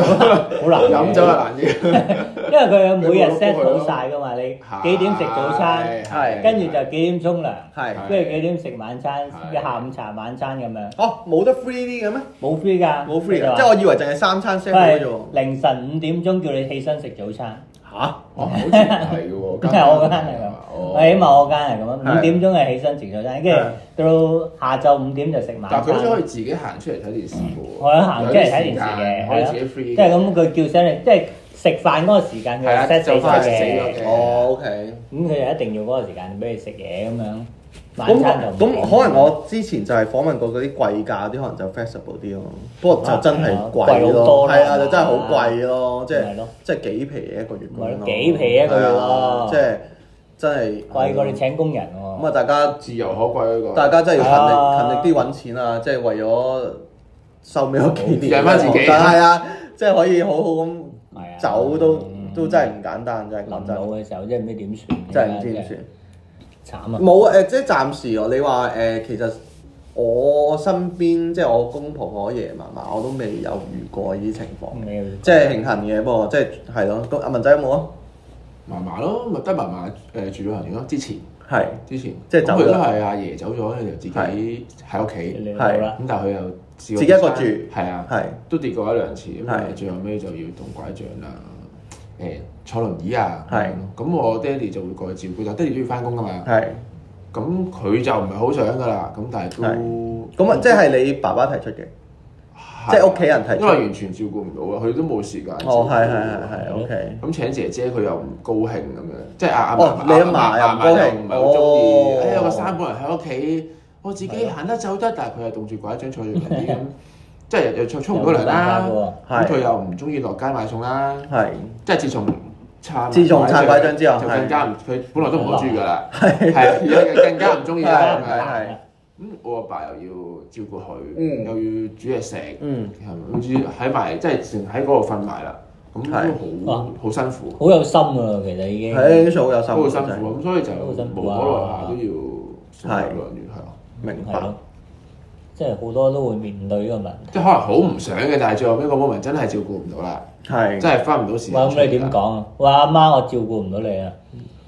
[SPEAKER 2] 好難嘅
[SPEAKER 3] 飲酒係難啲。
[SPEAKER 2] 因為佢有每日
[SPEAKER 3] 佢冇
[SPEAKER 2] set
[SPEAKER 3] 碌過去咯
[SPEAKER 2] 好晒噶嘛，你幾點食早餐，
[SPEAKER 1] 係
[SPEAKER 2] 跟住就幾點沖涼，
[SPEAKER 1] 係。
[SPEAKER 3] 係
[SPEAKER 2] 跟住幾點食晚餐，
[SPEAKER 3] 係
[SPEAKER 2] 嘅下午茶、晚餐咁樣，
[SPEAKER 1] 哦，冇得 free 啲嘅咩？
[SPEAKER 2] 冇 free 㗎，
[SPEAKER 1] 冇 free
[SPEAKER 2] 佢就
[SPEAKER 1] 啊！
[SPEAKER 2] 話
[SPEAKER 1] 即係我以為淨係三餐 set 嘅啫
[SPEAKER 2] 佢係
[SPEAKER 1] 喎。
[SPEAKER 2] 凌晨五點鐘叫你起身食早餐，
[SPEAKER 1] 嚇！
[SPEAKER 3] 哦，好似唔係嘅喎，哦
[SPEAKER 2] 因為我嗰間係咁，我起碼我間係咁樣，
[SPEAKER 1] 哦係
[SPEAKER 2] 五點鐘係起身食早餐，跟住到下晝五點就食晚餐
[SPEAKER 3] 但係。佢都可以自己行出嚟睇電視嘅喎，
[SPEAKER 2] 嗯我有行出嚟睇電視
[SPEAKER 3] 有啲時
[SPEAKER 2] 嘅，
[SPEAKER 3] 間
[SPEAKER 2] 係
[SPEAKER 3] 可以
[SPEAKER 2] 咯，
[SPEAKER 3] 自己
[SPEAKER 2] 即
[SPEAKER 3] free 嘅
[SPEAKER 2] 係咁，佢叫醒你，即係食飯嗰個時間佢
[SPEAKER 3] 係啊
[SPEAKER 2] set 死
[SPEAKER 3] 就快
[SPEAKER 2] 咗
[SPEAKER 3] 食死咗
[SPEAKER 2] 嘅
[SPEAKER 3] 嘅，
[SPEAKER 1] 哦，OK。
[SPEAKER 2] 咁佢就一定要嗰個時間俾你食嘢咁樣，晚
[SPEAKER 1] 咁
[SPEAKER 2] 餐就
[SPEAKER 1] 咁
[SPEAKER 2] 唔定
[SPEAKER 1] 可能我之前就係訪問過嗰啲貴價啲，可能就 flexible 啲咯。不過就真係
[SPEAKER 2] 貴
[SPEAKER 1] 貴
[SPEAKER 2] 好
[SPEAKER 1] 咯，
[SPEAKER 2] 多啦
[SPEAKER 1] 係啊，就真係好貴咯，即
[SPEAKER 2] 咪係
[SPEAKER 1] 係
[SPEAKER 2] 咯
[SPEAKER 1] 即係幾皮嘢一個月咁樣咯。
[SPEAKER 2] 咪幾皮一個月
[SPEAKER 1] 係
[SPEAKER 2] 咯
[SPEAKER 1] 啊即係真係
[SPEAKER 2] 貴過你請工人
[SPEAKER 1] 咁啊！
[SPEAKER 2] 喎，
[SPEAKER 1] 大家
[SPEAKER 3] 自由可貴嗰個。
[SPEAKER 1] 大家真係要勤
[SPEAKER 2] 啊
[SPEAKER 1] 力勤力啲揾錢啊！即係為咗收尾嗰幾年，
[SPEAKER 3] 養返自己
[SPEAKER 1] 但係啊，即係可以好好咁
[SPEAKER 2] 係啊
[SPEAKER 1] 走都都真係唔簡單，真係講
[SPEAKER 2] 臨老
[SPEAKER 1] 真，
[SPEAKER 2] 嘅時候真係唔知點算，
[SPEAKER 1] 真係唔知點算。
[SPEAKER 2] 算，慘啊！
[SPEAKER 1] 冇誒，即係暫時我你話誒，其實我身邊即係我公婆婆爺爺嫲嫲，我都未有遇過呢啲情況，即係慶幸嘅。不過即係係咯，咁阿文仔有冇啊？
[SPEAKER 3] 嫲嫲咯，咪得嫲嫲誒住老人院咯。之前
[SPEAKER 1] 係
[SPEAKER 3] 之前，
[SPEAKER 1] 即係走
[SPEAKER 3] 咁佢
[SPEAKER 1] 咗
[SPEAKER 3] 都係阿爺走咗，佢就自己喺屋企。
[SPEAKER 2] 你老啦，
[SPEAKER 3] 咁但係佢又自
[SPEAKER 1] 自己一個住
[SPEAKER 3] 係啊，
[SPEAKER 1] 係
[SPEAKER 3] 都跌過一兩次，咁
[SPEAKER 1] 係
[SPEAKER 3] 但係最後尾就要動拐杖啦，誒坐輪椅啊，
[SPEAKER 1] 係
[SPEAKER 3] 咁我爹哋就會過去照顧，但爹哋都要翻工噶嘛，
[SPEAKER 1] 係
[SPEAKER 3] 咁佢就唔係好想噶啦，咁但係
[SPEAKER 1] 係
[SPEAKER 3] 都
[SPEAKER 1] 咁啊，即係你爸爸提出嘅，
[SPEAKER 3] 係
[SPEAKER 1] 即係屋企人提出
[SPEAKER 3] 因為完全照顧唔到啊，佢都冇時間照顧。
[SPEAKER 1] 哦，係係係係，OK。
[SPEAKER 3] 咁請姐姐佢又唔高興咁樣，即係阿阿
[SPEAKER 1] 哦
[SPEAKER 3] 嫲
[SPEAKER 1] 你阿嫲又唔高興
[SPEAKER 3] 嫲唔係好中意
[SPEAKER 1] 哦。啊
[SPEAKER 3] 哎呀，有個三個人喺屋企，我自己行得走得，但係佢又棟住拐杖坐住輪 椅咁，即係又又沖唔到涼啦。
[SPEAKER 2] 有冇辦法喎
[SPEAKER 3] 咁
[SPEAKER 1] 係
[SPEAKER 3] 佢又唔中意落街買餸啦。
[SPEAKER 1] 係
[SPEAKER 3] 即係自從撐
[SPEAKER 1] 自從撐拐杖之後
[SPEAKER 3] 就
[SPEAKER 1] 係
[SPEAKER 3] 更加唔，佢本來都唔好豬噶啦，係而家更加唔中意啦，
[SPEAKER 1] 係
[SPEAKER 3] 係咪
[SPEAKER 1] 係
[SPEAKER 3] 啊？
[SPEAKER 1] 係，
[SPEAKER 3] 咁我阿爸又要照顧佢，
[SPEAKER 1] 嗯
[SPEAKER 3] 又要煮嘢食，
[SPEAKER 1] 嗯
[SPEAKER 3] 係咪？跟住喺埋即係成喺嗰度瞓埋啦，咁
[SPEAKER 1] 係
[SPEAKER 3] 都
[SPEAKER 2] 啊
[SPEAKER 3] 好好辛苦，
[SPEAKER 2] 好有心噶啦，其實已經。
[SPEAKER 1] 喺數有心
[SPEAKER 3] 嗯都好辛
[SPEAKER 1] 真係
[SPEAKER 3] 苦，咁啊所以就
[SPEAKER 2] 都好辛
[SPEAKER 3] 無
[SPEAKER 2] 苦
[SPEAKER 3] 可
[SPEAKER 2] 啊
[SPEAKER 3] 奈下都要送入老人院係咯。
[SPEAKER 1] 明
[SPEAKER 2] 係
[SPEAKER 1] 白
[SPEAKER 2] 咯。，即係好多都會面對呢個問題。
[SPEAKER 3] 即係可能好唔想嘅，但係最後尾個 moment 真係照顧唔到啦，
[SPEAKER 1] 係
[SPEAKER 3] 真係翻唔到時
[SPEAKER 2] 喂，
[SPEAKER 3] 間出嚟
[SPEAKER 2] 咁
[SPEAKER 3] 啦。
[SPEAKER 2] 你點講啊？話阿媽，我照顧唔到你啊。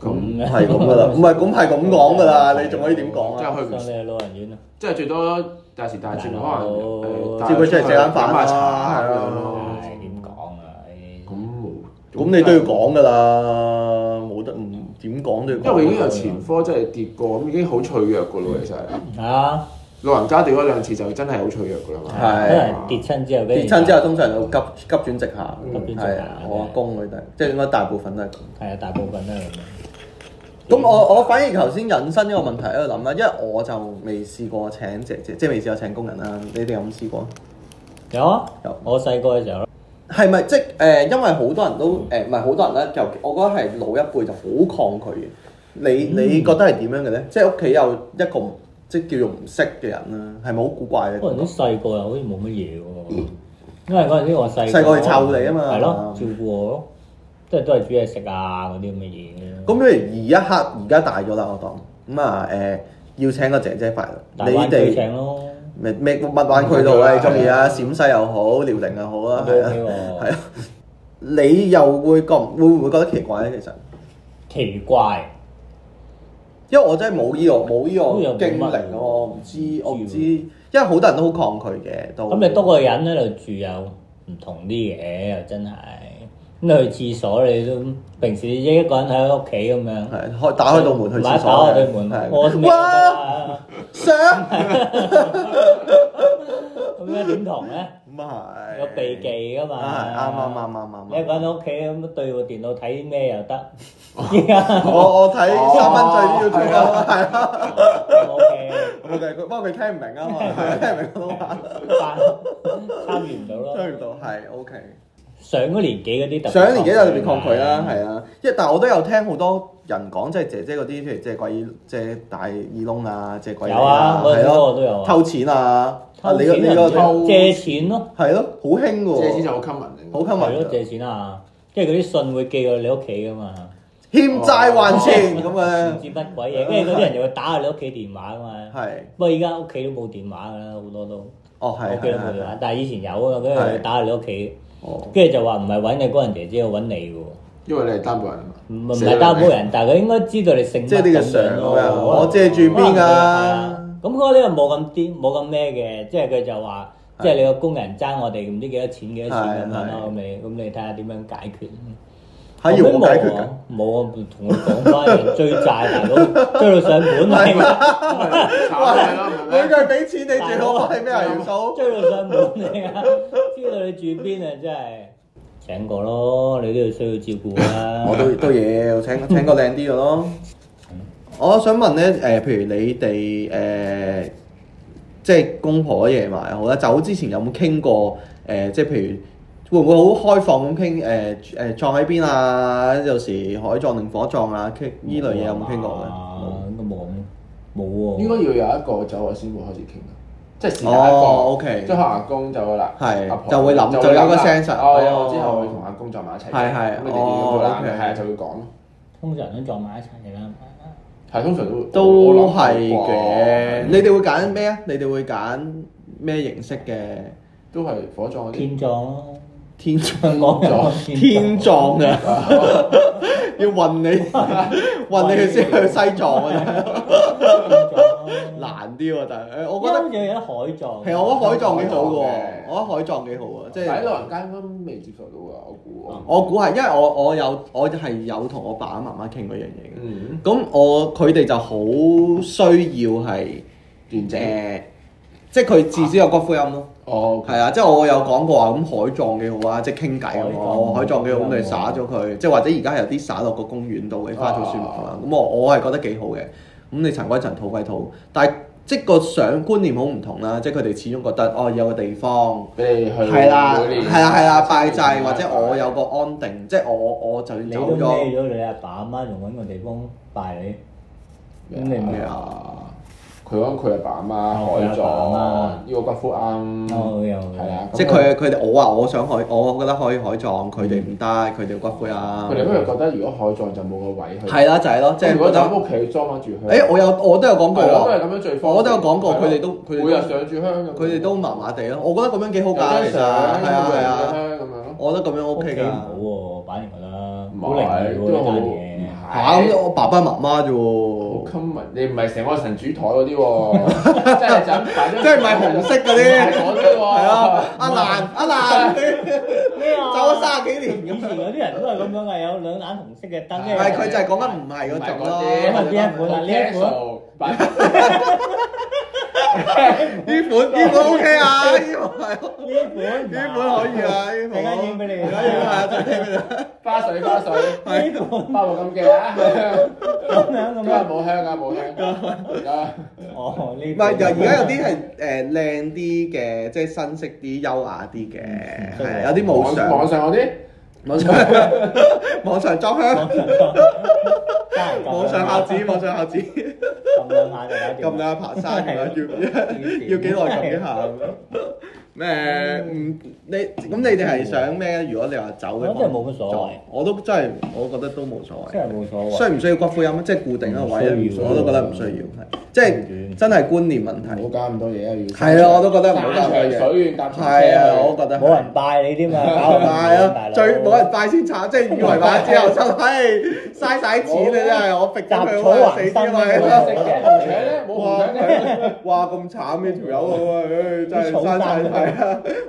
[SPEAKER 3] 咁
[SPEAKER 1] 係 咁噶啦，唔係咁係咁講噶啦，你仲可以點講
[SPEAKER 3] 真
[SPEAKER 1] 啊？
[SPEAKER 3] 係去唔
[SPEAKER 2] 上你去老人院啊？
[SPEAKER 3] 即係最多有時大節目可能誒
[SPEAKER 1] 接佢出嚟食間飯啊
[SPEAKER 3] 飲下茶咁樣
[SPEAKER 1] 哦
[SPEAKER 3] 咯。
[SPEAKER 2] 唉，點講啊？唉
[SPEAKER 3] 咁冇，
[SPEAKER 1] 咁你都要講噶啦，冇得唔點講都要
[SPEAKER 3] 因
[SPEAKER 1] 講。
[SPEAKER 3] 為已經有前科，真係跌過，咁已經好脆弱噶咯，其實。
[SPEAKER 2] 啊，
[SPEAKER 3] 老人家跌咗兩次就真係好脆弱噶啦嘛。
[SPEAKER 1] 係
[SPEAKER 2] 可能跌親之後俾
[SPEAKER 1] 跌
[SPEAKER 2] 人
[SPEAKER 1] 親之後，通常就急急轉直下
[SPEAKER 2] 急轉，直下
[SPEAKER 1] 係啊，我阿
[SPEAKER 2] 係
[SPEAKER 1] 公佢哋，即係應該大部分都係咁。
[SPEAKER 2] 係啊，大部分都係咁樣。
[SPEAKER 1] 咁我我反而頭先引申呢個問題喺度諗啦，因為我就未試過請姐姐，即係未試過請工人啦。你哋有冇試過？
[SPEAKER 2] 有啊
[SPEAKER 1] 有，
[SPEAKER 2] 我細個嘅時候咯，
[SPEAKER 1] 係咪即係誒、呃因為好多人都誒，唔係好多人咧，就我覺得係老一輩就好抗拒嘅。你你覺得係點樣嘅咧？即係屋企有一個唔即係叫做唔識嘅人啦，係咪好古怪
[SPEAKER 2] 嗰陣
[SPEAKER 1] 嘅？
[SPEAKER 2] 啲細個又好似冇乜嘢喎，因為嗰陣時我細
[SPEAKER 1] 嗯細個去湊你啊嘛
[SPEAKER 2] 係咯，照顧我咯，即係都係煮嘢食啊嗰啲咁嘅嘢咯。
[SPEAKER 1] 咁譬如而一刻而家大咗啦，我當咁啊誒，要請個姐姐快
[SPEAKER 2] 大
[SPEAKER 1] 樂，你
[SPEAKER 2] 灣區
[SPEAKER 1] 哋
[SPEAKER 2] 請咯，
[SPEAKER 1] 咪咩乜灣區度咧中意啊？陝西又好，遼寧又好啦，
[SPEAKER 2] 都
[SPEAKER 1] 係
[SPEAKER 2] OK
[SPEAKER 1] 啊。係
[SPEAKER 2] 喎，
[SPEAKER 1] 啊，你又會覺會唔會覺得奇怪咧？其實，
[SPEAKER 2] 奇怪。
[SPEAKER 1] 因為我真係冇呢個冇
[SPEAKER 2] 好似
[SPEAKER 1] 呢
[SPEAKER 2] 又冇
[SPEAKER 1] 個經
[SPEAKER 2] 乜
[SPEAKER 1] 歷
[SPEAKER 2] 喎
[SPEAKER 1] 咯，我唔知我唔
[SPEAKER 2] 知
[SPEAKER 1] 知，
[SPEAKER 2] 喎
[SPEAKER 1] 因為好多人都好抗拒嘅都。
[SPEAKER 2] 咁你多個人喺度住又唔同啲嘅，又真係。咁你去廁所你都平時一個人喺屋企咁樣，
[SPEAKER 1] 係開打開道門去廁所
[SPEAKER 2] 打開
[SPEAKER 1] 嘅，
[SPEAKER 2] 對門，我咩
[SPEAKER 1] 係
[SPEAKER 2] 都得
[SPEAKER 1] 哇
[SPEAKER 2] 啦
[SPEAKER 1] Sir
[SPEAKER 2] 咁樣點同咧？
[SPEAKER 1] 咁啊係
[SPEAKER 2] 有避忌噶嘛？
[SPEAKER 1] 啊係啱啱啱啱啱
[SPEAKER 2] 你一個人喺屋企咁對部電腦睇咩又得，依家
[SPEAKER 1] 我我睇
[SPEAKER 3] 哦
[SPEAKER 1] 三分醉都要做啊，係啊，
[SPEAKER 2] O K，
[SPEAKER 1] 我哋佢不過佢聽唔明 啊嘛，佢聽唔明都話
[SPEAKER 2] 參與唔到咯。
[SPEAKER 1] 追唔到係 OK。
[SPEAKER 2] 上咗年紀嗰啲特別
[SPEAKER 1] 上一年紀就特別抗拒啦，係啊，因為但係我都有聽好多人講，即係姐姐嗰啲，譬如借鬼耳借大耳窿啊，借鬼
[SPEAKER 2] 有啊，嗰陣
[SPEAKER 1] 係
[SPEAKER 2] 時
[SPEAKER 1] 咯，
[SPEAKER 2] 我都有啊。
[SPEAKER 1] 偷錢啊，啊
[SPEAKER 2] 偷
[SPEAKER 1] 你個
[SPEAKER 2] 錢
[SPEAKER 1] 你個
[SPEAKER 3] 偷
[SPEAKER 2] 啊借錢咯。
[SPEAKER 1] 係咯，好興喎，
[SPEAKER 3] 借錢就好 common
[SPEAKER 1] 好
[SPEAKER 3] 嘅。
[SPEAKER 2] 係咯，
[SPEAKER 1] 吸引
[SPEAKER 2] 借
[SPEAKER 1] 㗎，
[SPEAKER 2] 錢啊，即係嗰啲信會寄到你屋企噶嘛，
[SPEAKER 1] 欠債還錢咁
[SPEAKER 2] 唔
[SPEAKER 1] 嘅
[SPEAKER 2] 知乜鬼嘢，跟住嗰啲人又會打下你屋企電話噶嘛。
[SPEAKER 1] 係
[SPEAKER 2] 不過而家屋企都冇電話噶啦，好多都屋
[SPEAKER 1] 哦係
[SPEAKER 2] 企
[SPEAKER 1] 係
[SPEAKER 2] 都冇
[SPEAKER 1] 係
[SPEAKER 2] 電
[SPEAKER 1] 係
[SPEAKER 2] 話，但係以前有啊，跟住
[SPEAKER 1] 係
[SPEAKER 2] 會打下你屋企，
[SPEAKER 1] 哦
[SPEAKER 2] 跟住就話唔係揾你工人姐姐，揾你嘅喎。
[SPEAKER 3] 因為你係擔保人啊
[SPEAKER 2] 唔
[SPEAKER 3] 嘛，
[SPEAKER 2] 唔係擔保人，但係佢應該知道你姓乜
[SPEAKER 1] 即係呢個
[SPEAKER 2] 咁
[SPEAKER 1] 相
[SPEAKER 2] 樣
[SPEAKER 1] 咁樣，
[SPEAKER 2] 咯。
[SPEAKER 1] 我借住邊啊
[SPEAKER 2] 係
[SPEAKER 1] 㗎？
[SPEAKER 2] 啊？咁嗰啲又冇咁癲，冇咁咩嘅，即係佢就話，即係你個工人爭我哋唔知幾多錢幾多錢咁樣咯。咁你咁你睇下點樣解決？
[SPEAKER 1] 嚇要我解決㗎
[SPEAKER 2] 冇啊，冇啊，同佢講翻人追債大 佬，追到上門嚟，
[SPEAKER 3] 炒你咯，唔
[SPEAKER 1] 每
[SPEAKER 3] 係
[SPEAKER 1] 個人俾錢你最好係咩啊？元素
[SPEAKER 2] 追到上門嚟啊！知道你住邊啊，真係請過咯，你都要需要照顧啊啦。
[SPEAKER 1] 我都都要請請個靚啲嘅咯。我想問咧，誒、譬如你哋誒、即係公婆夜晚又好啦，走之前有冇傾過誒、即係譬如會唔會好開放咁傾誒誒葬喺邊啊？有時海葬定火葬啊？傾呢類嘢有冇傾過咧？
[SPEAKER 2] 啊應該冇咁冇喎。
[SPEAKER 3] 應該要有一個走啊先會開始傾嘅，即係時間一個。
[SPEAKER 1] 哦，OK
[SPEAKER 3] 即係可能阿公走咗啦，
[SPEAKER 1] 係
[SPEAKER 3] 阿婆
[SPEAKER 1] 就會諗
[SPEAKER 3] 會
[SPEAKER 1] 就有一個
[SPEAKER 3] 啦
[SPEAKER 1] sense
[SPEAKER 3] 哦，
[SPEAKER 1] 哦
[SPEAKER 3] 有之後會同阿公撞埋一齊。
[SPEAKER 1] 係係
[SPEAKER 3] 咁你哋見到啦
[SPEAKER 1] 哦，，OK
[SPEAKER 3] 係啊就會講咯。
[SPEAKER 2] 通常都撞埋一齊啊嘅啦。
[SPEAKER 3] 係通常都會
[SPEAKER 1] 都
[SPEAKER 3] 我諗
[SPEAKER 1] 係
[SPEAKER 3] 過嗯
[SPEAKER 1] 嘅。你哋會揀咩啊？你哋會揀咩形式嘅
[SPEAKER 3] 都係火葬嗰啲。
[SPEAKER 2] 天葬咯，
[SPEAKER 1] 天葬？
[SPEAKER 2] 香
[SPEAKER 1] 天葬
[SPEAKER 2] 港有
[SPEAKER 1] 啊！要運 你 運你去先去西藏啊！
[SPEAKER 2] 天葬咯。
[SPEAKER 1] 難啲喎，但係誒，我覺得
[SPEAKER 2] 我覺得有啲海葬。啊
[SPEAKER 1] 其實我覺得海葬幾好嘅喎
[SPEAKER 3] 海
[SPEAKER 1] 我覺得海
[SPEAKER 3] 葬嘅，
[SPEAKER 1] 葬幾好啊，即
[SPEAKER 3] 哦但係
[SPEAKER 1] 係
[SPEAKER 3] 老人家應該未接受到㗎，我估。
[SPEAKER 1] 我估係因為我我有我係有同我爸爸媽媽傾嗰樣嘢嘅，
[SPEAKER 3] 嗯，
[SPEAKER 1] 咁我佢哋就好需要係
[SPEAKER 3] 完整。
[SPEAKER 1] 誒，即係佢至少有骨灰龕咯，
[SPEAKER 3] 哦，
[SPEAKER 1] 係啊，即係我有講過話咁海葬幾好啊，即係傾偈咁咯，海
[SPEAKER 2] 海
[SPEAKER 1] 葬
[SPEAKER 2] 葬
[SPEAKER 1] 幾好，咁你撒咗佢，即係或者而家係有啲撒落個公園度嘅花草樹木啊嘛，咁我我係覺得幾好嘅，咁你塵歸塵土歸土，但係即係個想觀念好唔同啦，即係佢哋始終覺得哦有個地方。
[SPEAKER 3] 俾你去
[SPEAKER 1] 係啦，
[SPEAKER 3] 每年
[SPEAKER 1] 係啦，係啦，拜祭或者我有個安定，即係我我就
[SPEAKER 2] 你
[SPEAKER 1] 走
[SPEAKER 2] 都啊孭
[SPEAKER 1] 咗，
[SPEAKER 2] 咗你阿爸阿媽，仲揾個地方拜你，咁你咪
[SPEAKER 1] 咩啊
[SPEAKER 3] 啊，佢講佢阿爸阿媽
[SPEAKER 2] 哦佢
[SPEAKER 3] 開
[SPEAKER 2] 阿
[SPEAKER 3] 咗
[SPEAKER 2] 爸
[SPEAKER 3] 呢個骨灰庵，
[SPEAKER 2] 哦又
[SPEAKER 3] 係啦，
[SPEAKER 1] 嗯即係啊佢佢哋我話我想海，我覺得可以海葬，佢哋唔得，佢哋骨灰啊
[SPEAKER 3] 佢，哋因為覺得如果海葬就冇個位去，
[SPEAKER 1] 係啦就係咯，即係
[SPEAKER 3] 如果
[SPEAKER 1] 覺
[SPEAKER 3] 就
[SPEAKER 1] 得
[SPEAKER 3] 喺屋企裝翻住香，
[SPEAKER 1] 誒我有我都有講過
[SPEAKER 3] 係咯啊都係
[SPEAKER 1] 喎，
[SPEAKER 3] 咁樣最方便，
[SPEAKER 1] 我都有講過
[SPEAKER 3] 係咯
[SPEAKER 1] 佢哋都佢哋都
[SPEAKER 3] 每日上住香咁樣，
[SPEAKER 1] 佢哋都麻麻地咯，我覺得咁樣幾好
[SPEAKER 3] 有
[SPEAKER 1] 㗎，
[SPEAKER 3] 張
[SPEAKER 1] 其實係
[SPEAKER 3] 相，
[SPEAKER 1] 啊係啊，
[SPEAKER 3] 有張相咁樣咯。
[SPEAKER 1] 我覺得咁樣
[SPEAKER 2] 屋企
[SPEAKER 1] OK
[SPEAKER 2] 唔
[SPEAKER 1] 㗎。
[SPEAKER 2] 好喎，反而覺得
[SPEAKER 3] 唔
[SPEAKER 2] 好靈異喎
[SPEAKER 3] 都好
[SPEAKER 2] 呢
[SPEAKER 1] 嚇
[SPEAKER 3] 唔
[SPEAKER 1] 啊咁我爸爸媽媽啫
[SPEAKER 3] 好
[SPEAKER 1] 喎，
[SPEAKER 3] common，你唔係成個神主台嗰啲喎，真係就咁擺張
[SPEAKER 1] 即係唔係紅色嗰啲
[SPEAKER 3] 唔係嗰啲喎，
[SPEAKER 1] 係啊，阿蘭阿蘭，
[SPEAKER 2] 單嘢。咩
[SPEAKER 1] 走咗三十幾
[SPEAKER 2] 以
[SPEAKER 1] 年咁
[SPEAKER 2] 前
[SPEAKER 1] 樣，
[SPEAKER 2] 嗰啲人都係咁樣嘅，有兩眼紅色嘅燈
[SPEAKER 3] 係
[SPEAKER 2] 咧。
[SPEAKER 1] 係佢就係講緊唔係嗰種咯，
[SPEAKER 3] 唔係嗰啲
[SPEAKER 2] 邊一款啊
[SPEAKER 3] 好
[SPEAKER 2] 呢一款
[SPEAKER 3] casual，擺
[SPEAKER 1] 呢款呢款 OK 啊，呢款係
[SPEAKER 2] 呢款，
[SPEAKER 1] 呢款可以啊，呢
[SPEAKER 2] 陣
[SPEAKER 1] 款
[SPEAKER 2] 間影俾你
[SPEAKER 1] 而家影啊，陣間影俾你
[SPEAKER 3] 花水花水，
[SPEAKER 2] 呢款
[SPEAKER 3] 花冇咁嘅啊，今
[SPEAKER 2] 咁樣咁
[SPEAKER 3] 日
[SPEAKER 2] 樣。
[SPEAKER 3] 冇香啊冇香啊，
[SPEAKER 2] 哦，呢
[SPEAKER 1] 唔係，又
[SPEAKER 2] 款
[SPEAKER 1] 而家有啲係誒靚啲嘅，即係新式啲、優雅啲嘅，係啊有啲冇
[SPEAKER 3] 網網
[SPEAKER 1] 相，
[SPEAKER 3] 上嗰啲
[SPEAKER 1] 網上網上裝香，
[SPEAKER 2] 加人
[SPEAKER 1] 網上孝子，網上孝子，
[SPEAKER 2] 撳兩下就搞掂。
[SPEAKER 1] 撳兩下爬山咁
[SPEAKER 2] 啊
[SPEAKER 1] 樣，要要幾耐撳一下咁 樣咩？唔你咁你哋係想咩？如果你話走嘅，
[SPEAKER 2] 嗯我真係冇乜所謂，
[SPEAKER 1] 我都真係我覺得都冇所謂
[SPEAKER 2] 真。係冇所謂。
[SPEAKER 1] 需唔需要骨灰啊龛？即係固定一個位咧
[SPEAKER 2] 唔需，要
[SPEAKER 1] 我都覺得唔需要，係即係真係觀念問題
[SPEAKER 3] 唔。好搞咁多嘢啊要，
[SPEAKER 1] 係啊，我都覺得唔好搞
[SPEAKER 3] 山長
[SPEAKER 1] 咁多嘢。
[SPEAKER 3] 水遠搭
[SPEAKER 1] 係啊，我覺得係
[SPEAKER 2] 冇人拜你添嘛，搞唔
[SPEAKER 1] 拜
[SPEAKER 2] 大
[SPEAKER 1] 啊，
[SPEAKER 2] 佬
[SPEAKER 1] 最冇人拜先慘，即係以為買之後 就係嘥晒錢啊！真係我逼咗佢好死啲
[SPEAKER 2] 啊
[SPEAKER 1] 位
[SPEAKER 3] 冇搶咧
[SPEAKER 1] 哇
[SPEAKER 3] 冇紅搶咧，！
[SPEAKER 1] 哇咁慘嘅條友啊！唉，真係嘥晒 係啊！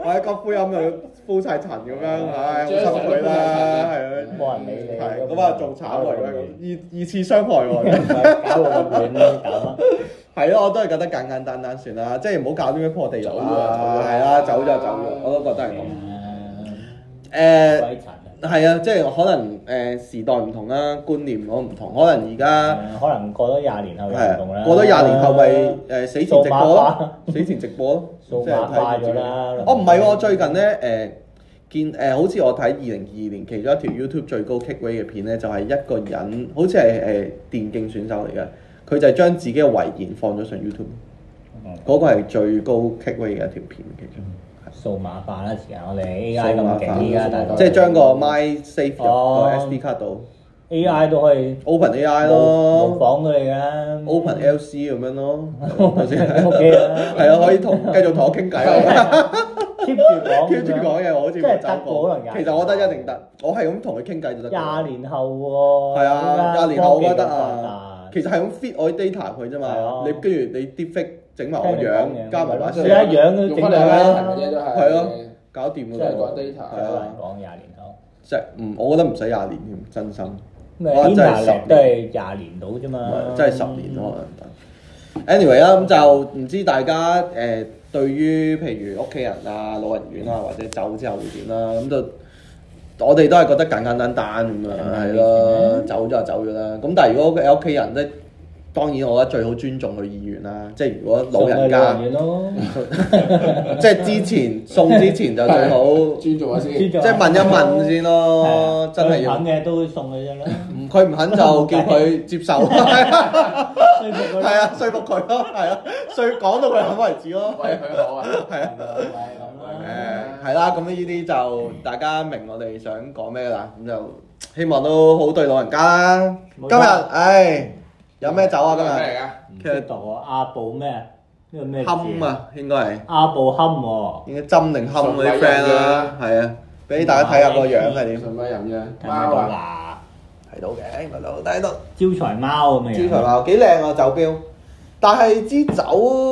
[SPEAKER 1] 或者個灰音又敷晒塵咁樣，唉，好心佢啦，係啊！
[SPEAKER 2] 冇人理你。
[SPEAKER 1] 係咁啊，仲慘喎！如果係咁二二次傷害我。
[SPEAKER 2] 唔係搞到咁遠咧，搞乜？
[SPEAKER 1] 係咯，我都係覺得簡簡單單算啦，即係唔好搞啲咩破地獄啊，嗯係啦，走就走咗，我都覺得係咁。誒。
[SPEAKER 2] 鬼塵啊！
[SPEAKER 1] 係啊，即係可能誒、時代唔同啦，觀念我唔同，可能而家
[SPEAKER 2] 可能過咗廿年後又唔同
[SPEAKER 1] 係
[SPEAKER 2] 啦。
[SPEAKER 1] 啊
[SPEAKER 2] 哦
[SPEAKER 1] 過咗廿年後咪誒、死前直播
[SPEAKER 2] 數碼
[SPEAKER 1] 咯
[SPEAKER 2] 化，
[SPEAKER 1] 死前直播咯，
[SPEAKER 2] 數
[SPEAKER 1] 即係
[SPEAKER 2] 碼
[SPEAKER 1] 睇
[SPEAKER 2] 化
[SPEAKER 1] 住自
[SPEAKER 2] 咗
[SPEAKER 1] 己
[SPEAKER 2] 啦。
[SPEAKER 1] 哦，唔係喎，最近咧誒、見誒、好似我睇二零二二年其中一條 YouTube 最高 kick rate 嘅片咧，就係、一個人，好似係誒電競選手嚟嘅，佢就係將自己嘅遺言放咗上 YouTube，
[SPEAKER 2] 嗯
[SPEAKER 1] 嗰、個係最高 kick rate 嘅一條片其中。
[SPEAKER 2] 數碼化啦，時間我哋
[SPEAKER 1] 數
[SPEAKER 2] AI
[SPEAKER 1] 碼
[SPEAKER 2] 咁
[SPEAKER 1] 化
[SPEAKER 2] 勁，依家大佬
[SPEAKER 1] 即係將個 My Save 入
[SPEAKER 2] 哦
[SPEAKER 1] 個 SD 卡度
[SPEAKER 2] AI 都可以
[SPEAKER 1] ，Open AI 咯。
[SPEAKER 2] 模仿佢哋啦。
[SPEAKER 1] Open LC 咁樣 咯，
[SPEAKER 2] O
[SPEAKER 1] 頭先
[SPEAKER 2] K 啦
[SPEAKER 1] 係啊，可以同繼續同我傾偈咯，
[SPEAKER 2] ，keep 住講
[SPEAKER 1] 跟住講嘅我好似冇走過
[SPEAKER 2] 真係得喎可能。廿
[SPEAKER 1] 其實我覺得一定得，我係咁同佢傾偈就得㗎。
[SPEAKER 2] 廿年後喎，
[SPEAKER 1] 係啊，廿年後我覺得啊
[SPEAKER 2] 啊，，
[SPEAKER 1] 其實係咁 fit 我啲 data 佢啫
[SPEAKER 2] 係啊
[SPEAKER 1] 嘛，你跟住你 d e f i c 整埋我
[SPEAKER 2] 聽你講嘢
[SPEAKER 1] 樣，加埋把聲
[SPEAKER 2] 而，家樣都
[SPEAKER 3] 用
[SPEAKER 2] 整
[SPEAKER 3] 翻
[SPEAKER 2] 到
[SPEAKER 3] 你
[SPEAKER 2] 啦
[SPEAKER 3] 嘅，嘢都係，
[SPEAKER 1] 係咯，搞掂㗎
[SPEAKER 3] 即係
[SPEAKER 1] 啦
[SPEAKER 3] 講 data
[SPEAKER 1] 係啊
[SPEAKER 2] 難，講廿年後。
[SPEAKER 1] 即係唔，我覺得唔使廿年添，真心，
[SPEAKER 2] 咩
[SPEAKER 1] 哇
[SPEAKER 2] i
[SPEAKER 1] 真
[SPEAKER 2] n
[SPEAKER 1] 係
[SPEAKER 2] t
[SPEAKER 1] 十
[SPEAKER 2] e 都係廿年到啫
[SPEAKER 1] 唔
[SPEAKER 2] 嘛
[SPEAKER 1] 係，真係十年咯可能得。anyway 啦，咁就唔知大家誒、對於譬如屋企人啊、老人院啊或者走之後會點啦，咁就我哋都係覺得簡簡單單咁啊，係咯，走咗就走咗啦。咁但係如果有屋企人咧，當然我覺得最好尊重佢意願啦，即係如果老人
[SPEAKER 2] 送
[SPEAKER 1] 家
[SPEAKER 2] 去老人 院咯，
[SPEAKER 1] 即係之前送之前就最好，
[SPEAKER 3] 尊重下先。
[SPEAKER 1] 即係問一問先
[SPEAKER 2] 係
[SPEAKER 1] 咯
[SPEAKER 2] 啊，
[SPEAKER 1] 真係要
[SPEAKER 2] 佢。肯嘅都會送佢啫啦，
[SPEAKER 1] 唔佢唔肯就叫佢接受，
[SPEAKER 2] 所以佢覺得
[SPEAKER 1] 係啊，說服佢咯，係啊，說講到佢肯為止咯。
[SPEAKER 3] 喂佢好啊，係
[SPEAKER 2] Ờ.
[SPEAKER 1] à? 誒係啦，咁呢啲就大家明我哋想講咩啦，咁就希望都好對老人家啦。今
[SPEAKER 2] 冇錯
[SPEAKER 1] 日唉，有咩酒啊？今日
[SPEAKER 3] 咩
[SPEAKER 2] 唔識讀喎，阿布咩啊？呢個咩字？
[SPEAKER 1] 堪！啊，應該係
[SPEAKER 2] 阿布堪喎，
[SPEAKER 1] 應該針定堪嗰啲
[SPEAKER 3] 純米飲
[SPEAKER 1] friend 啦，係啊，俾大家睇下個樣係
[SPEAKER 3] 嚟
[SPEAKER 1] 點
[SPEAKER 3] 㗎？。純米飲啫，
[SPEAKER 2] 睇唔睇
[SPEAKER 3] 貓
[SPEAKER 2] 到
[SPEAKER 3] 啊，
[SPEAKER 2] 啦？
[SPEAKER 1] 睇到嘅，睇到睇到。
[SPEAKER 2] 招財貓咁嘅
[SPEAKER 1] 招財
[SPEAKER 2] 樣。
[SPEAKER 1] 貓幾靚啊酒標，但係支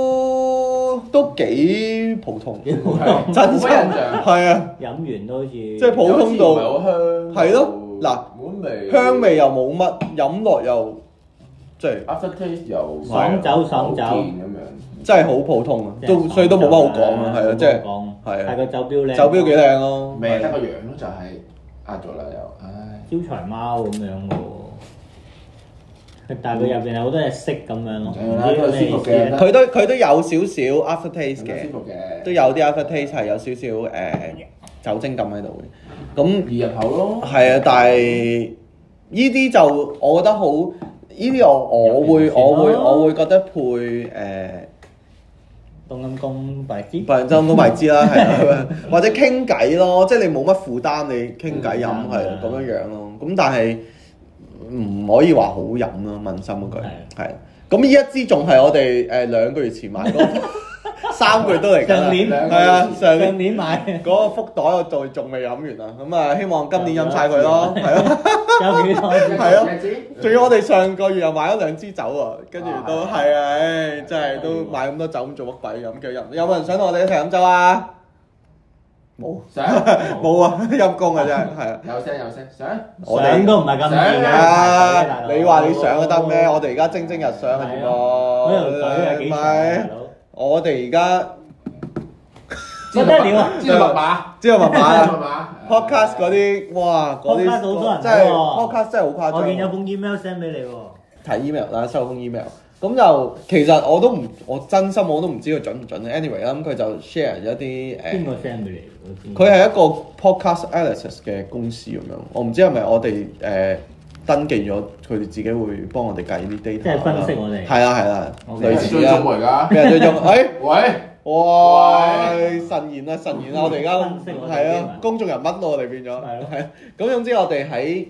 [SPEAKER 1] 酒都幾普通，
[SPEAKER 2] 幾普
[SPEAKER 3] 通
[SPEAKER 1] 真心
[SPEAKER 3] 冇乜印象
[SPEAKER 1] 係啊，
[SPEAKER 2] 飲完都好似即
[SPEAKER 1] 係普通到
[SPEAKER 3] 有支唔係好香，
[SPEAKER 1] 係咯嗱
[SPEAKER 3] 冇乜味，
[SPEAKER 1] 香味又冇乜，飲落又即係
[SPEAKER 3] ，after taste 又
[SPEAKER 2] 爽酒爽酒
[SPEAKER 3] 好健咁樣，
[SPEAKER 1] 真係好普通啊，都所以都冇乜好講啊，係啊，即係係
[SPEAKER 2] 係
[SPEAKER 1] 啊
[SPEAKER 2] 係個酒標靚，
[SPEAKER 1] 酒標幾靚咯，
[SPEAKER 3] 味啊得個樣咯，À, 就係壓咗啦又，唉，
[SPEAKER 2] 招財貓咁樣喎。但係佢入邊有好多嘢識咁樣咯，
[SPEAKER 3] 係啦都
[SPEAKER 2] 唔
[SPEAKER 3] 係
[SPEAKER 2] 知咩
[SPEAKER 3] 舒
[SPEAKER 2] 意
[SPEAKER 3] 服
[SPEAKER 2] 思
[SPEAKER 3] 嘅
[SPEAKER 2] 咧。
[SPEAKER 1] 佢都佢都有少少 after taste
[SPEAKER 3] 係
[SPEAKER 1] 嘅
[SPEAKER 3] 舒，服嘅，
[SPEAKER 1] 都有啲 after taste 係有少少誒酒精感喺度嘅。咁
[SPEAKER 3] 易入口咯。
[SPEAKER 1] 係啊，但係呢啲就我覺得好，呢啲我我會
[SPEAKER 2] 入邊先咯
[SPEAKER 1] 我會我會覺得配呃誒
[SPEAKER 2] 東陰公白芝，
[SPEAKER 1] 白人針都咪知啦，係 啊，或者傾偈咯，即係你冇乜負擔，你傾偈飲
[SPEAKER 2] 嗯
[SPEAKER 1] 係
[SPEAKER 2] 嗯
[SPEAKER 1] 咁樣樣咯。咁但係唔可以話好飲咯，問心嗰句
[SPEAKER 2] 係
[SPEAKER 1] 係。咁呢一支仲係我哋誒兩個月前買嗰 個三個月都嚟㗎啦
[SPEAKER 2] 上年
[SPEAKER 1] 係啊，上年
[SPEAKER 2] 上年買
[SPEAKER 1] 嗰個福袋我仲仲未飲完啊，咁啊希望今年飲晒佢咯，係咯。
[SPEAKER 2] 有幾多支？
[SPEAKER 1] 係咯
[SPEAKER 3] 日子
[SPEAKER 1] 仲要我哋上個月又買咗兩支酒啊，跟住都
[SPEAKER 3] 啊
[SPEAKER 1] 係啊，唉，真係都買咁多酒咁做乜鬼飲嘅飲？有冇人想同我哋一齊飲酒啊？冇
[SPEAKER 3] 想
[SPEAKER 1] 冇啊，陰公啊真 係，係啊。
[SPEAKER 3] 有聲有聲想
[SPEAKER 1] 我哋
[SPEAKER 2] 想都唔係咁易
[SPEAKER 3] 想
[SPEAKER 1] 啊！你話你上都得咩？我哋而家蒸蒸日上啊，
[SPEAKER 2] 係
[SPEAKER 1] 全
[SPEAKER 2] 啊
[SPEAKER 1] 部
[SPEAKER 2] 嗰條隊係幾
[SPEAKER 1] 唔
[SPEAKER 2] 長啊
[SPEAKER 1] 係
[SPEAKER 2] 大佬
[SPEAKER 1] 我哋而家
[SPEAKER 2] 不得了啊！
[SPEAKER 3] 知道密碼，
[SPEAKER 1] 知道密碼
[SPEAKER 3] 知 道
[SPEAKER 1] 啦
[SPEAKER 3] 密碼
[SPEAKER 1] ，podcast 嗰啲哇，嗰
[SPEAKER 2] Podcast 好多
[SPEAKER 1] 啲
[SPEAKER 2] 人
[SPEAKER 1] 真係
[SPEAKER 2] 睇喎
[SPEAKER 1] podcast 真係好誇張
[SPEAKER 2] 我
[SPEAKER 1] 喎。
[SPEAKER 2] 見有封 email send 俾你喎，
[SPEAKER 1] 睇 email 啦，收封 email。咁就其實我都唔，我真心我都唔知佢準唔準。anyway 啦，咁佢就 share 咗一啲
[SPEAKER 2] 邊
[SPEAKER 1] 誒，
[SPEAKER 2] 個 send 俾你？我見
[SPEAKER 1] 佢係一個 podcast analysis 嘅公司咁樣。我唔知係咪我哋誒、登記咗，佢哋自己會幫我哋計啲 data 啦。
[SPEAKER 2] 即係分析我哋
[SPEAKER 1] 係啦係啦，
[SPEAKER 2] OK
[SPEAKER 1] 類
[SPEAKER 3] 類
[SPEAKER 1] 似
[SPEAKER 3] 似啊，
[SPEAKER 1] 啦。
[SPEAKER 3] 嚟㗎。
[SPEAKER 1] 俾人追蹤，哎誒、
[SPEAKER 3] 喂，
[SPEAKER 1] 哇！神言啊，神言啊！我哋而家
[SPEAKER 2] 分析我哋
[SPEAKER 1] 係
[SPEAKER 2] 啲
[SPEAKER 1] 啊
[SPEAKER 2] 嘛，
[SPEAKER 1] 公眾人物咯，我哋變咗
[SPEAKER 2] 係咯
[SPEAKER 1] 係啊咁總之我哋喺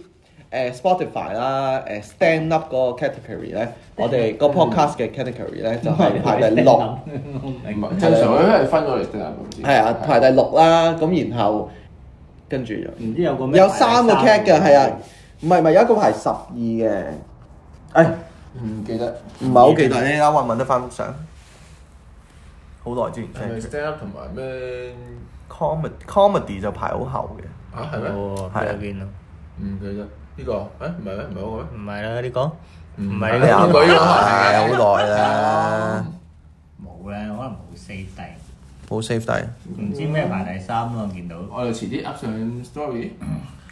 [SPEAKER 1] 誒 Spotify 啦、誒 Stand Up 嗰個 category 咧，我哋個 podcast 嘅 category 咧就 係排第六，
[SPEAKER 3] 唔
[SPEAKER 2] 六
[SPEAKER 3] 係正常，佢係分咗嚟㗎，唔知
[SPEAKER 1] 係啊，排第六啦。咁然後跟住
[SPEAKER 2] 唔知有個咩？
[SPEAKER 1] 有三個 cat 嘅，係啊，，唔係唔係有一個排十二嘅，誒
[SPEAKER 3] 唔記得
[SPEAKER 1] 唔係好記得，你啱揾揾得翻幅相，好耐之前
[SPEAKER 3] 係咪
[SPEAKER 1] send 出
[SPEAKER 3] stand up 同埋咩
[SPEAKER 1] comedy comedy 就排好後嘅。
[SPEAKER 3] 嚇係咩？
[SPEAKER 2] 哦，
[SPEAKER 1] 係啊
[SPEAKER 2] 邊見咯？
[SPEAKER 3] 唔記得呢個誒唔係咩？唔係嗰個咩？
[SPEAKER 2] 唔係啦，呢個
[SPEAKER 3] 唔
[SPEAKER 2] 唔
[SPEAKER 3] 係
[SPEAKER 2] 係
[SPEAKER 1] 你
[SPEAKER 2] 呢
[SPEAKER 1] 啱
[SPEAKER 2] 個
[SPEAKER 3] 佢呢個
[SPEAKER 1] 係啊好耐啦，
[SPEAKER 2] 冇咧，可能冇四第，
[SPEAKER 1] 好 save 低。
[SPEAKER 2] 唔知咩排第三咯，見到
[SPEAKER 3] 我哋遲啲 up 上 story。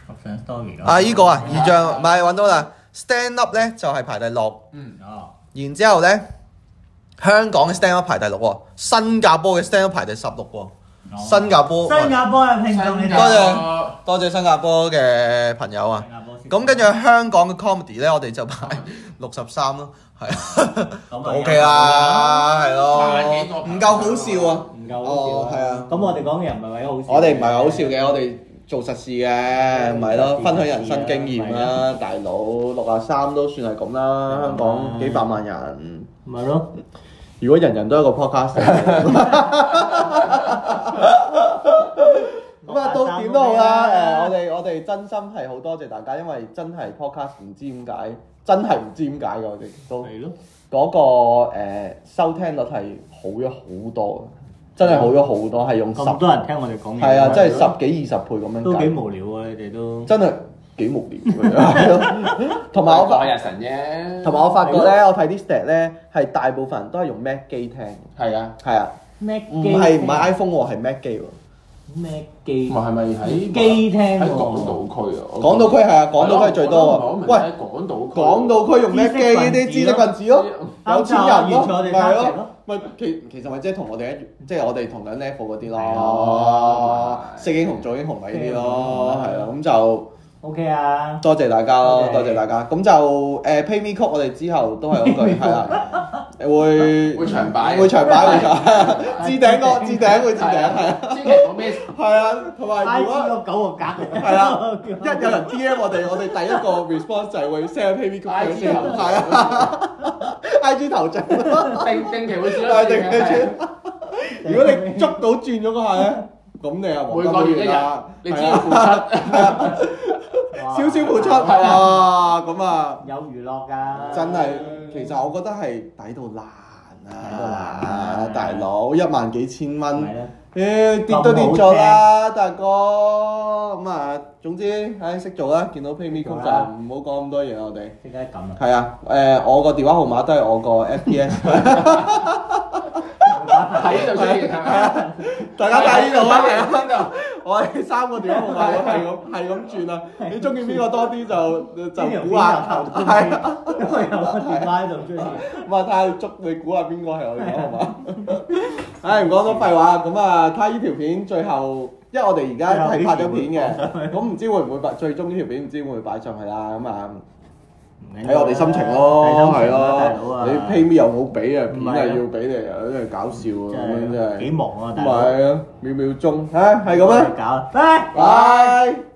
[SPEAKER 2] 我上 story 咯。
[SPEAKER 1] 啊，依個啊，異象唔係揾到啦。Stand up 咧就係排第六，
[SPEAKER 3] 嗯，
[SPEAKER 2] 哦，
[SPEAKER 1] 然之後咧香港嘅 stand up 排第六喎，新加坡嘅 stand up 排第十六
[SPEAKER 2] 哦
[SPEAKER 1] 喎。新加坡，
[SPEAKER 2] 新加坡嘅聽眾，你
[SPEAKER 1] 多謝多謝新加坡嘅朋友啊
[SPEAKER 2] 新。加坡先
[SPEAKER 1] 咁跟住香港嘅 comedy 咧，我哋就排 六十三咯，係
[SPEAKER 2] 咁啊
[SPEAKER 1] OK 啦，係
[SPEAKER 3] 萬幾個
[SPEAKER 1] 咯，唔
[SPEAKER 3] 朋友
[SPEAKER 1] 夠好笑啊！
[SPEAKER 2] 唔夠好笑
[SPEAKER 1] 哦係啊
[SPEAKER 2] 咁我哋講嘅又唔係為咗好笑。
[SPEAKER 1] 我哋唔係好笑嘅，我哋做實事嘅，咪咯，分享人生經驗啦，大佬六啊三都算係啊咁啦，香港幾百萬人，
[SPEAKER 2] 咪咯，
[SPEAKER 1] 如果人人都有一個 podcast，咁啊都點都好啦，誒我哋我哋真心係好多謝大家，因為真係 podcast 唔知點解，真係唔知點解嘅，我哋都
[SPEAKER 2] 係咯，
[SPEAKER 1] 嗰個誒收聽率係好咗好多嘅，真係好咗好多，係用十
[SPEAKER 2] 咁多人聽我哋講嘢，
[SPEAKER 1] 係啊，真係十幾二十倍咁樣計
[SPEAKER 2] 都幾無聊啊！你哋都
[SPEAKER 1] 真係幾無聊㗎係 咯同埋我
[SPEAKER 3] 講
[SPEAKER 1] 發，
[SPEAKER 3] 日神啫。
[SPEAKER 1] 同埋我發覺
[SPEAKER 3] 啊
[SPEAKER 1] 咧，我睇啲 stat 咧，係大部分人都係用 Mac 機聽，
[SPEAKER 3] 係啊，
[SPEAKER 1] 係啊，
[SPEAKER 2] 咩
[SPEAKER 1] 唔係唔係 iPhone 喎，係 Mac 機喎。
[SPEAKER 2] 咩機
[SPEAKER 3] 咁啊係咪喺
[SPEAKER 2] 機聽喎
[SPEAKER 3] 喺港島區啊？
[SPEAKER 1] 港島區係啊，港島區最多
[SPEAKER 3] 喎。
[SPEAKER 1] 喎。喂，
[SPEAKER 3] 喺港島區，
[SPEAKER 1] 港島區用 Mac 機呢啲知識分子咯，有錢人咯，
[SPEAKER 2] 啱晒完全我哋
[SPEAKER 1] 咪
[SPEAKER 2] 啱晒
[SPEAKER 1] 咯
[SPEAKER 2] 咯，
[SPEAKER 1] 咪其其實咪即係同我哋一樣，即係我哋同緊 level 嗰啲
[SPEAKER 2] 係
[SPEAKER 1] 咯
[SPEAKER 3] 啊，
[SPEAKER 1] 識英雄做英雄咪呢啲咯，
[SPEAKER 2] 識
[SPEAKER 1] 係
[SPEAKER 2] 英雄
[SPEAKER 1] 啊，咁就。
[SPEAKER 2] ？OK à. 啊，
[SPEAKER 1] 多謝大家咯，多
[SPEAKER 2] 多謝
[SPEAKER 1] 謝大家。咁就誒 pay me 曲，我哋之後都係嗰句係啦，會
[SPEAKER 3] 會長擺
[SPEAKER 1] 會長擺，會長置頂個置頂會置頂係啊
[SPEAKER 3] 千祈唔好 miss。
[SPEAKER 1] 係啊，同埋
[SPEAKER 2] 挨
[SPEAKER 1] 如
[SPEAKER 2] 住
[SPEAKER 1] 果
[SPEAKER 2] 個九個格，
[SPEAKER 1] 係 啦，
[SPEAKER 2] 叫
[SPEAKER 1] 一有人 DM 我哋，我哋第一個 response 就係會 send pay me 曲
[SPEAKER 3] I
[SPEAKER 1] 俾
[SPEAKER 3] G
[SPEAKER 1] 先，
[SPEAKER 3] 頭
[SPEAKER 1] 係啊，IG 頭像。
[SPEAKER 3] 定定期會轉
[SPEAKER 1] 但係
[SPEAKER 3] 一
[SPEAKER 1] 定
[SPEAKER 3] 定
[SPEAKER 1] 係轉，如果你捉到轉咗嗰下咧，咁你啊
[SPEAKER 3] 每個月一日
[SPEAKER 1] 啦，，
[SPEAKER 3] 你
[SPEAKER 1] 係
[SPEAKER 3] 只
[SPEAKER 1] 啊
[SPEAKER 3] 要付出，
[SPEAKER 2] 哇
[SPEAKER 1] 少少付出係啊，咁啊。
[SPEAKER 2] 有娛樂㗎，
[SPEAKER 1] 真係，其實我覺得係抵到爛
[SPEAKER 2] 抵到爛
[SPEAKER 1] 啊
[SPEAKER 2] 啊！
[SPEAKER 1] 大佬一萬幾千蚊
[SPEAKER 2] 係，啦，
[SPEAKER 1] 誒跌都跌咗啦，大哥。咁啊，總之唉識做啦，見到 PayMe 曲就唔好
[SPEAKER 2] 做啦
[SPEAKER 1] 講咁多嘢啦，我哋。
[SPEAKER 2] 即刻撳啊！
[SPEAKER 1] 係啊，誒我個電話號碼都係我 個 FPS，
[SPEAKER 3] 喺呢度出現係咪
[SPEAKER 1] 啊大家睇呢度啊！
[SPEAKER 3] 喺呢度。
[SPEAKER 1] 我哋三個電話號碼係咁係咁轉 啊！你中意邊個多啲就
[SPEAKER 2] 呢條
[SPEAKER 1] 就
[SPEAKER 2] 片
[SPEAKER 1] 估
[SPEAKER 2] 有
[SPEAKER 1] 下
[SPEAKER 2] 頭，都
[SPEAKER 1] 係啊，
[SPEAKER 2] 因為有個電話喺度中意。
[SPEAKER 1] 唔啊係睇下捉你估下邊個係我哋講係嘛？ 唉，唔講咗廢話，咁啊，睇下呢條片最後，因為我哋而家係拍咗片嘅，咁唔知會唔會擺最終呢條片唔知會唔會擺上去啦？咁啊，睇我哋心情咯，
[SPEAKER 2] 睇心
[SPEAKER 1] 係
[SPEAKER 2] 情啦大佬
[SPEAKER 1] 咯
[SPEAKER 2] 啊，
[SPEAKER 1] 你 pay me 又冇俾啊，片
[SPEAKER 2] 唔係啊
[SPEAKER 1] 又要俾你啊，真係搞笑啊，咁樣
[SPEAKER 2] 真
[SPEAKER 1] 真
[SPEAKER 2] 係
[SPEAKER 1] 係
[SPEAKER 2] 幾。忙啊，大佬。
[SPEAKER 1] 咪係啊，秒秒鐘，唉，係咁啦，
[SPEAKER 2] 搞，拜。
[SPEAKER 1] 拜。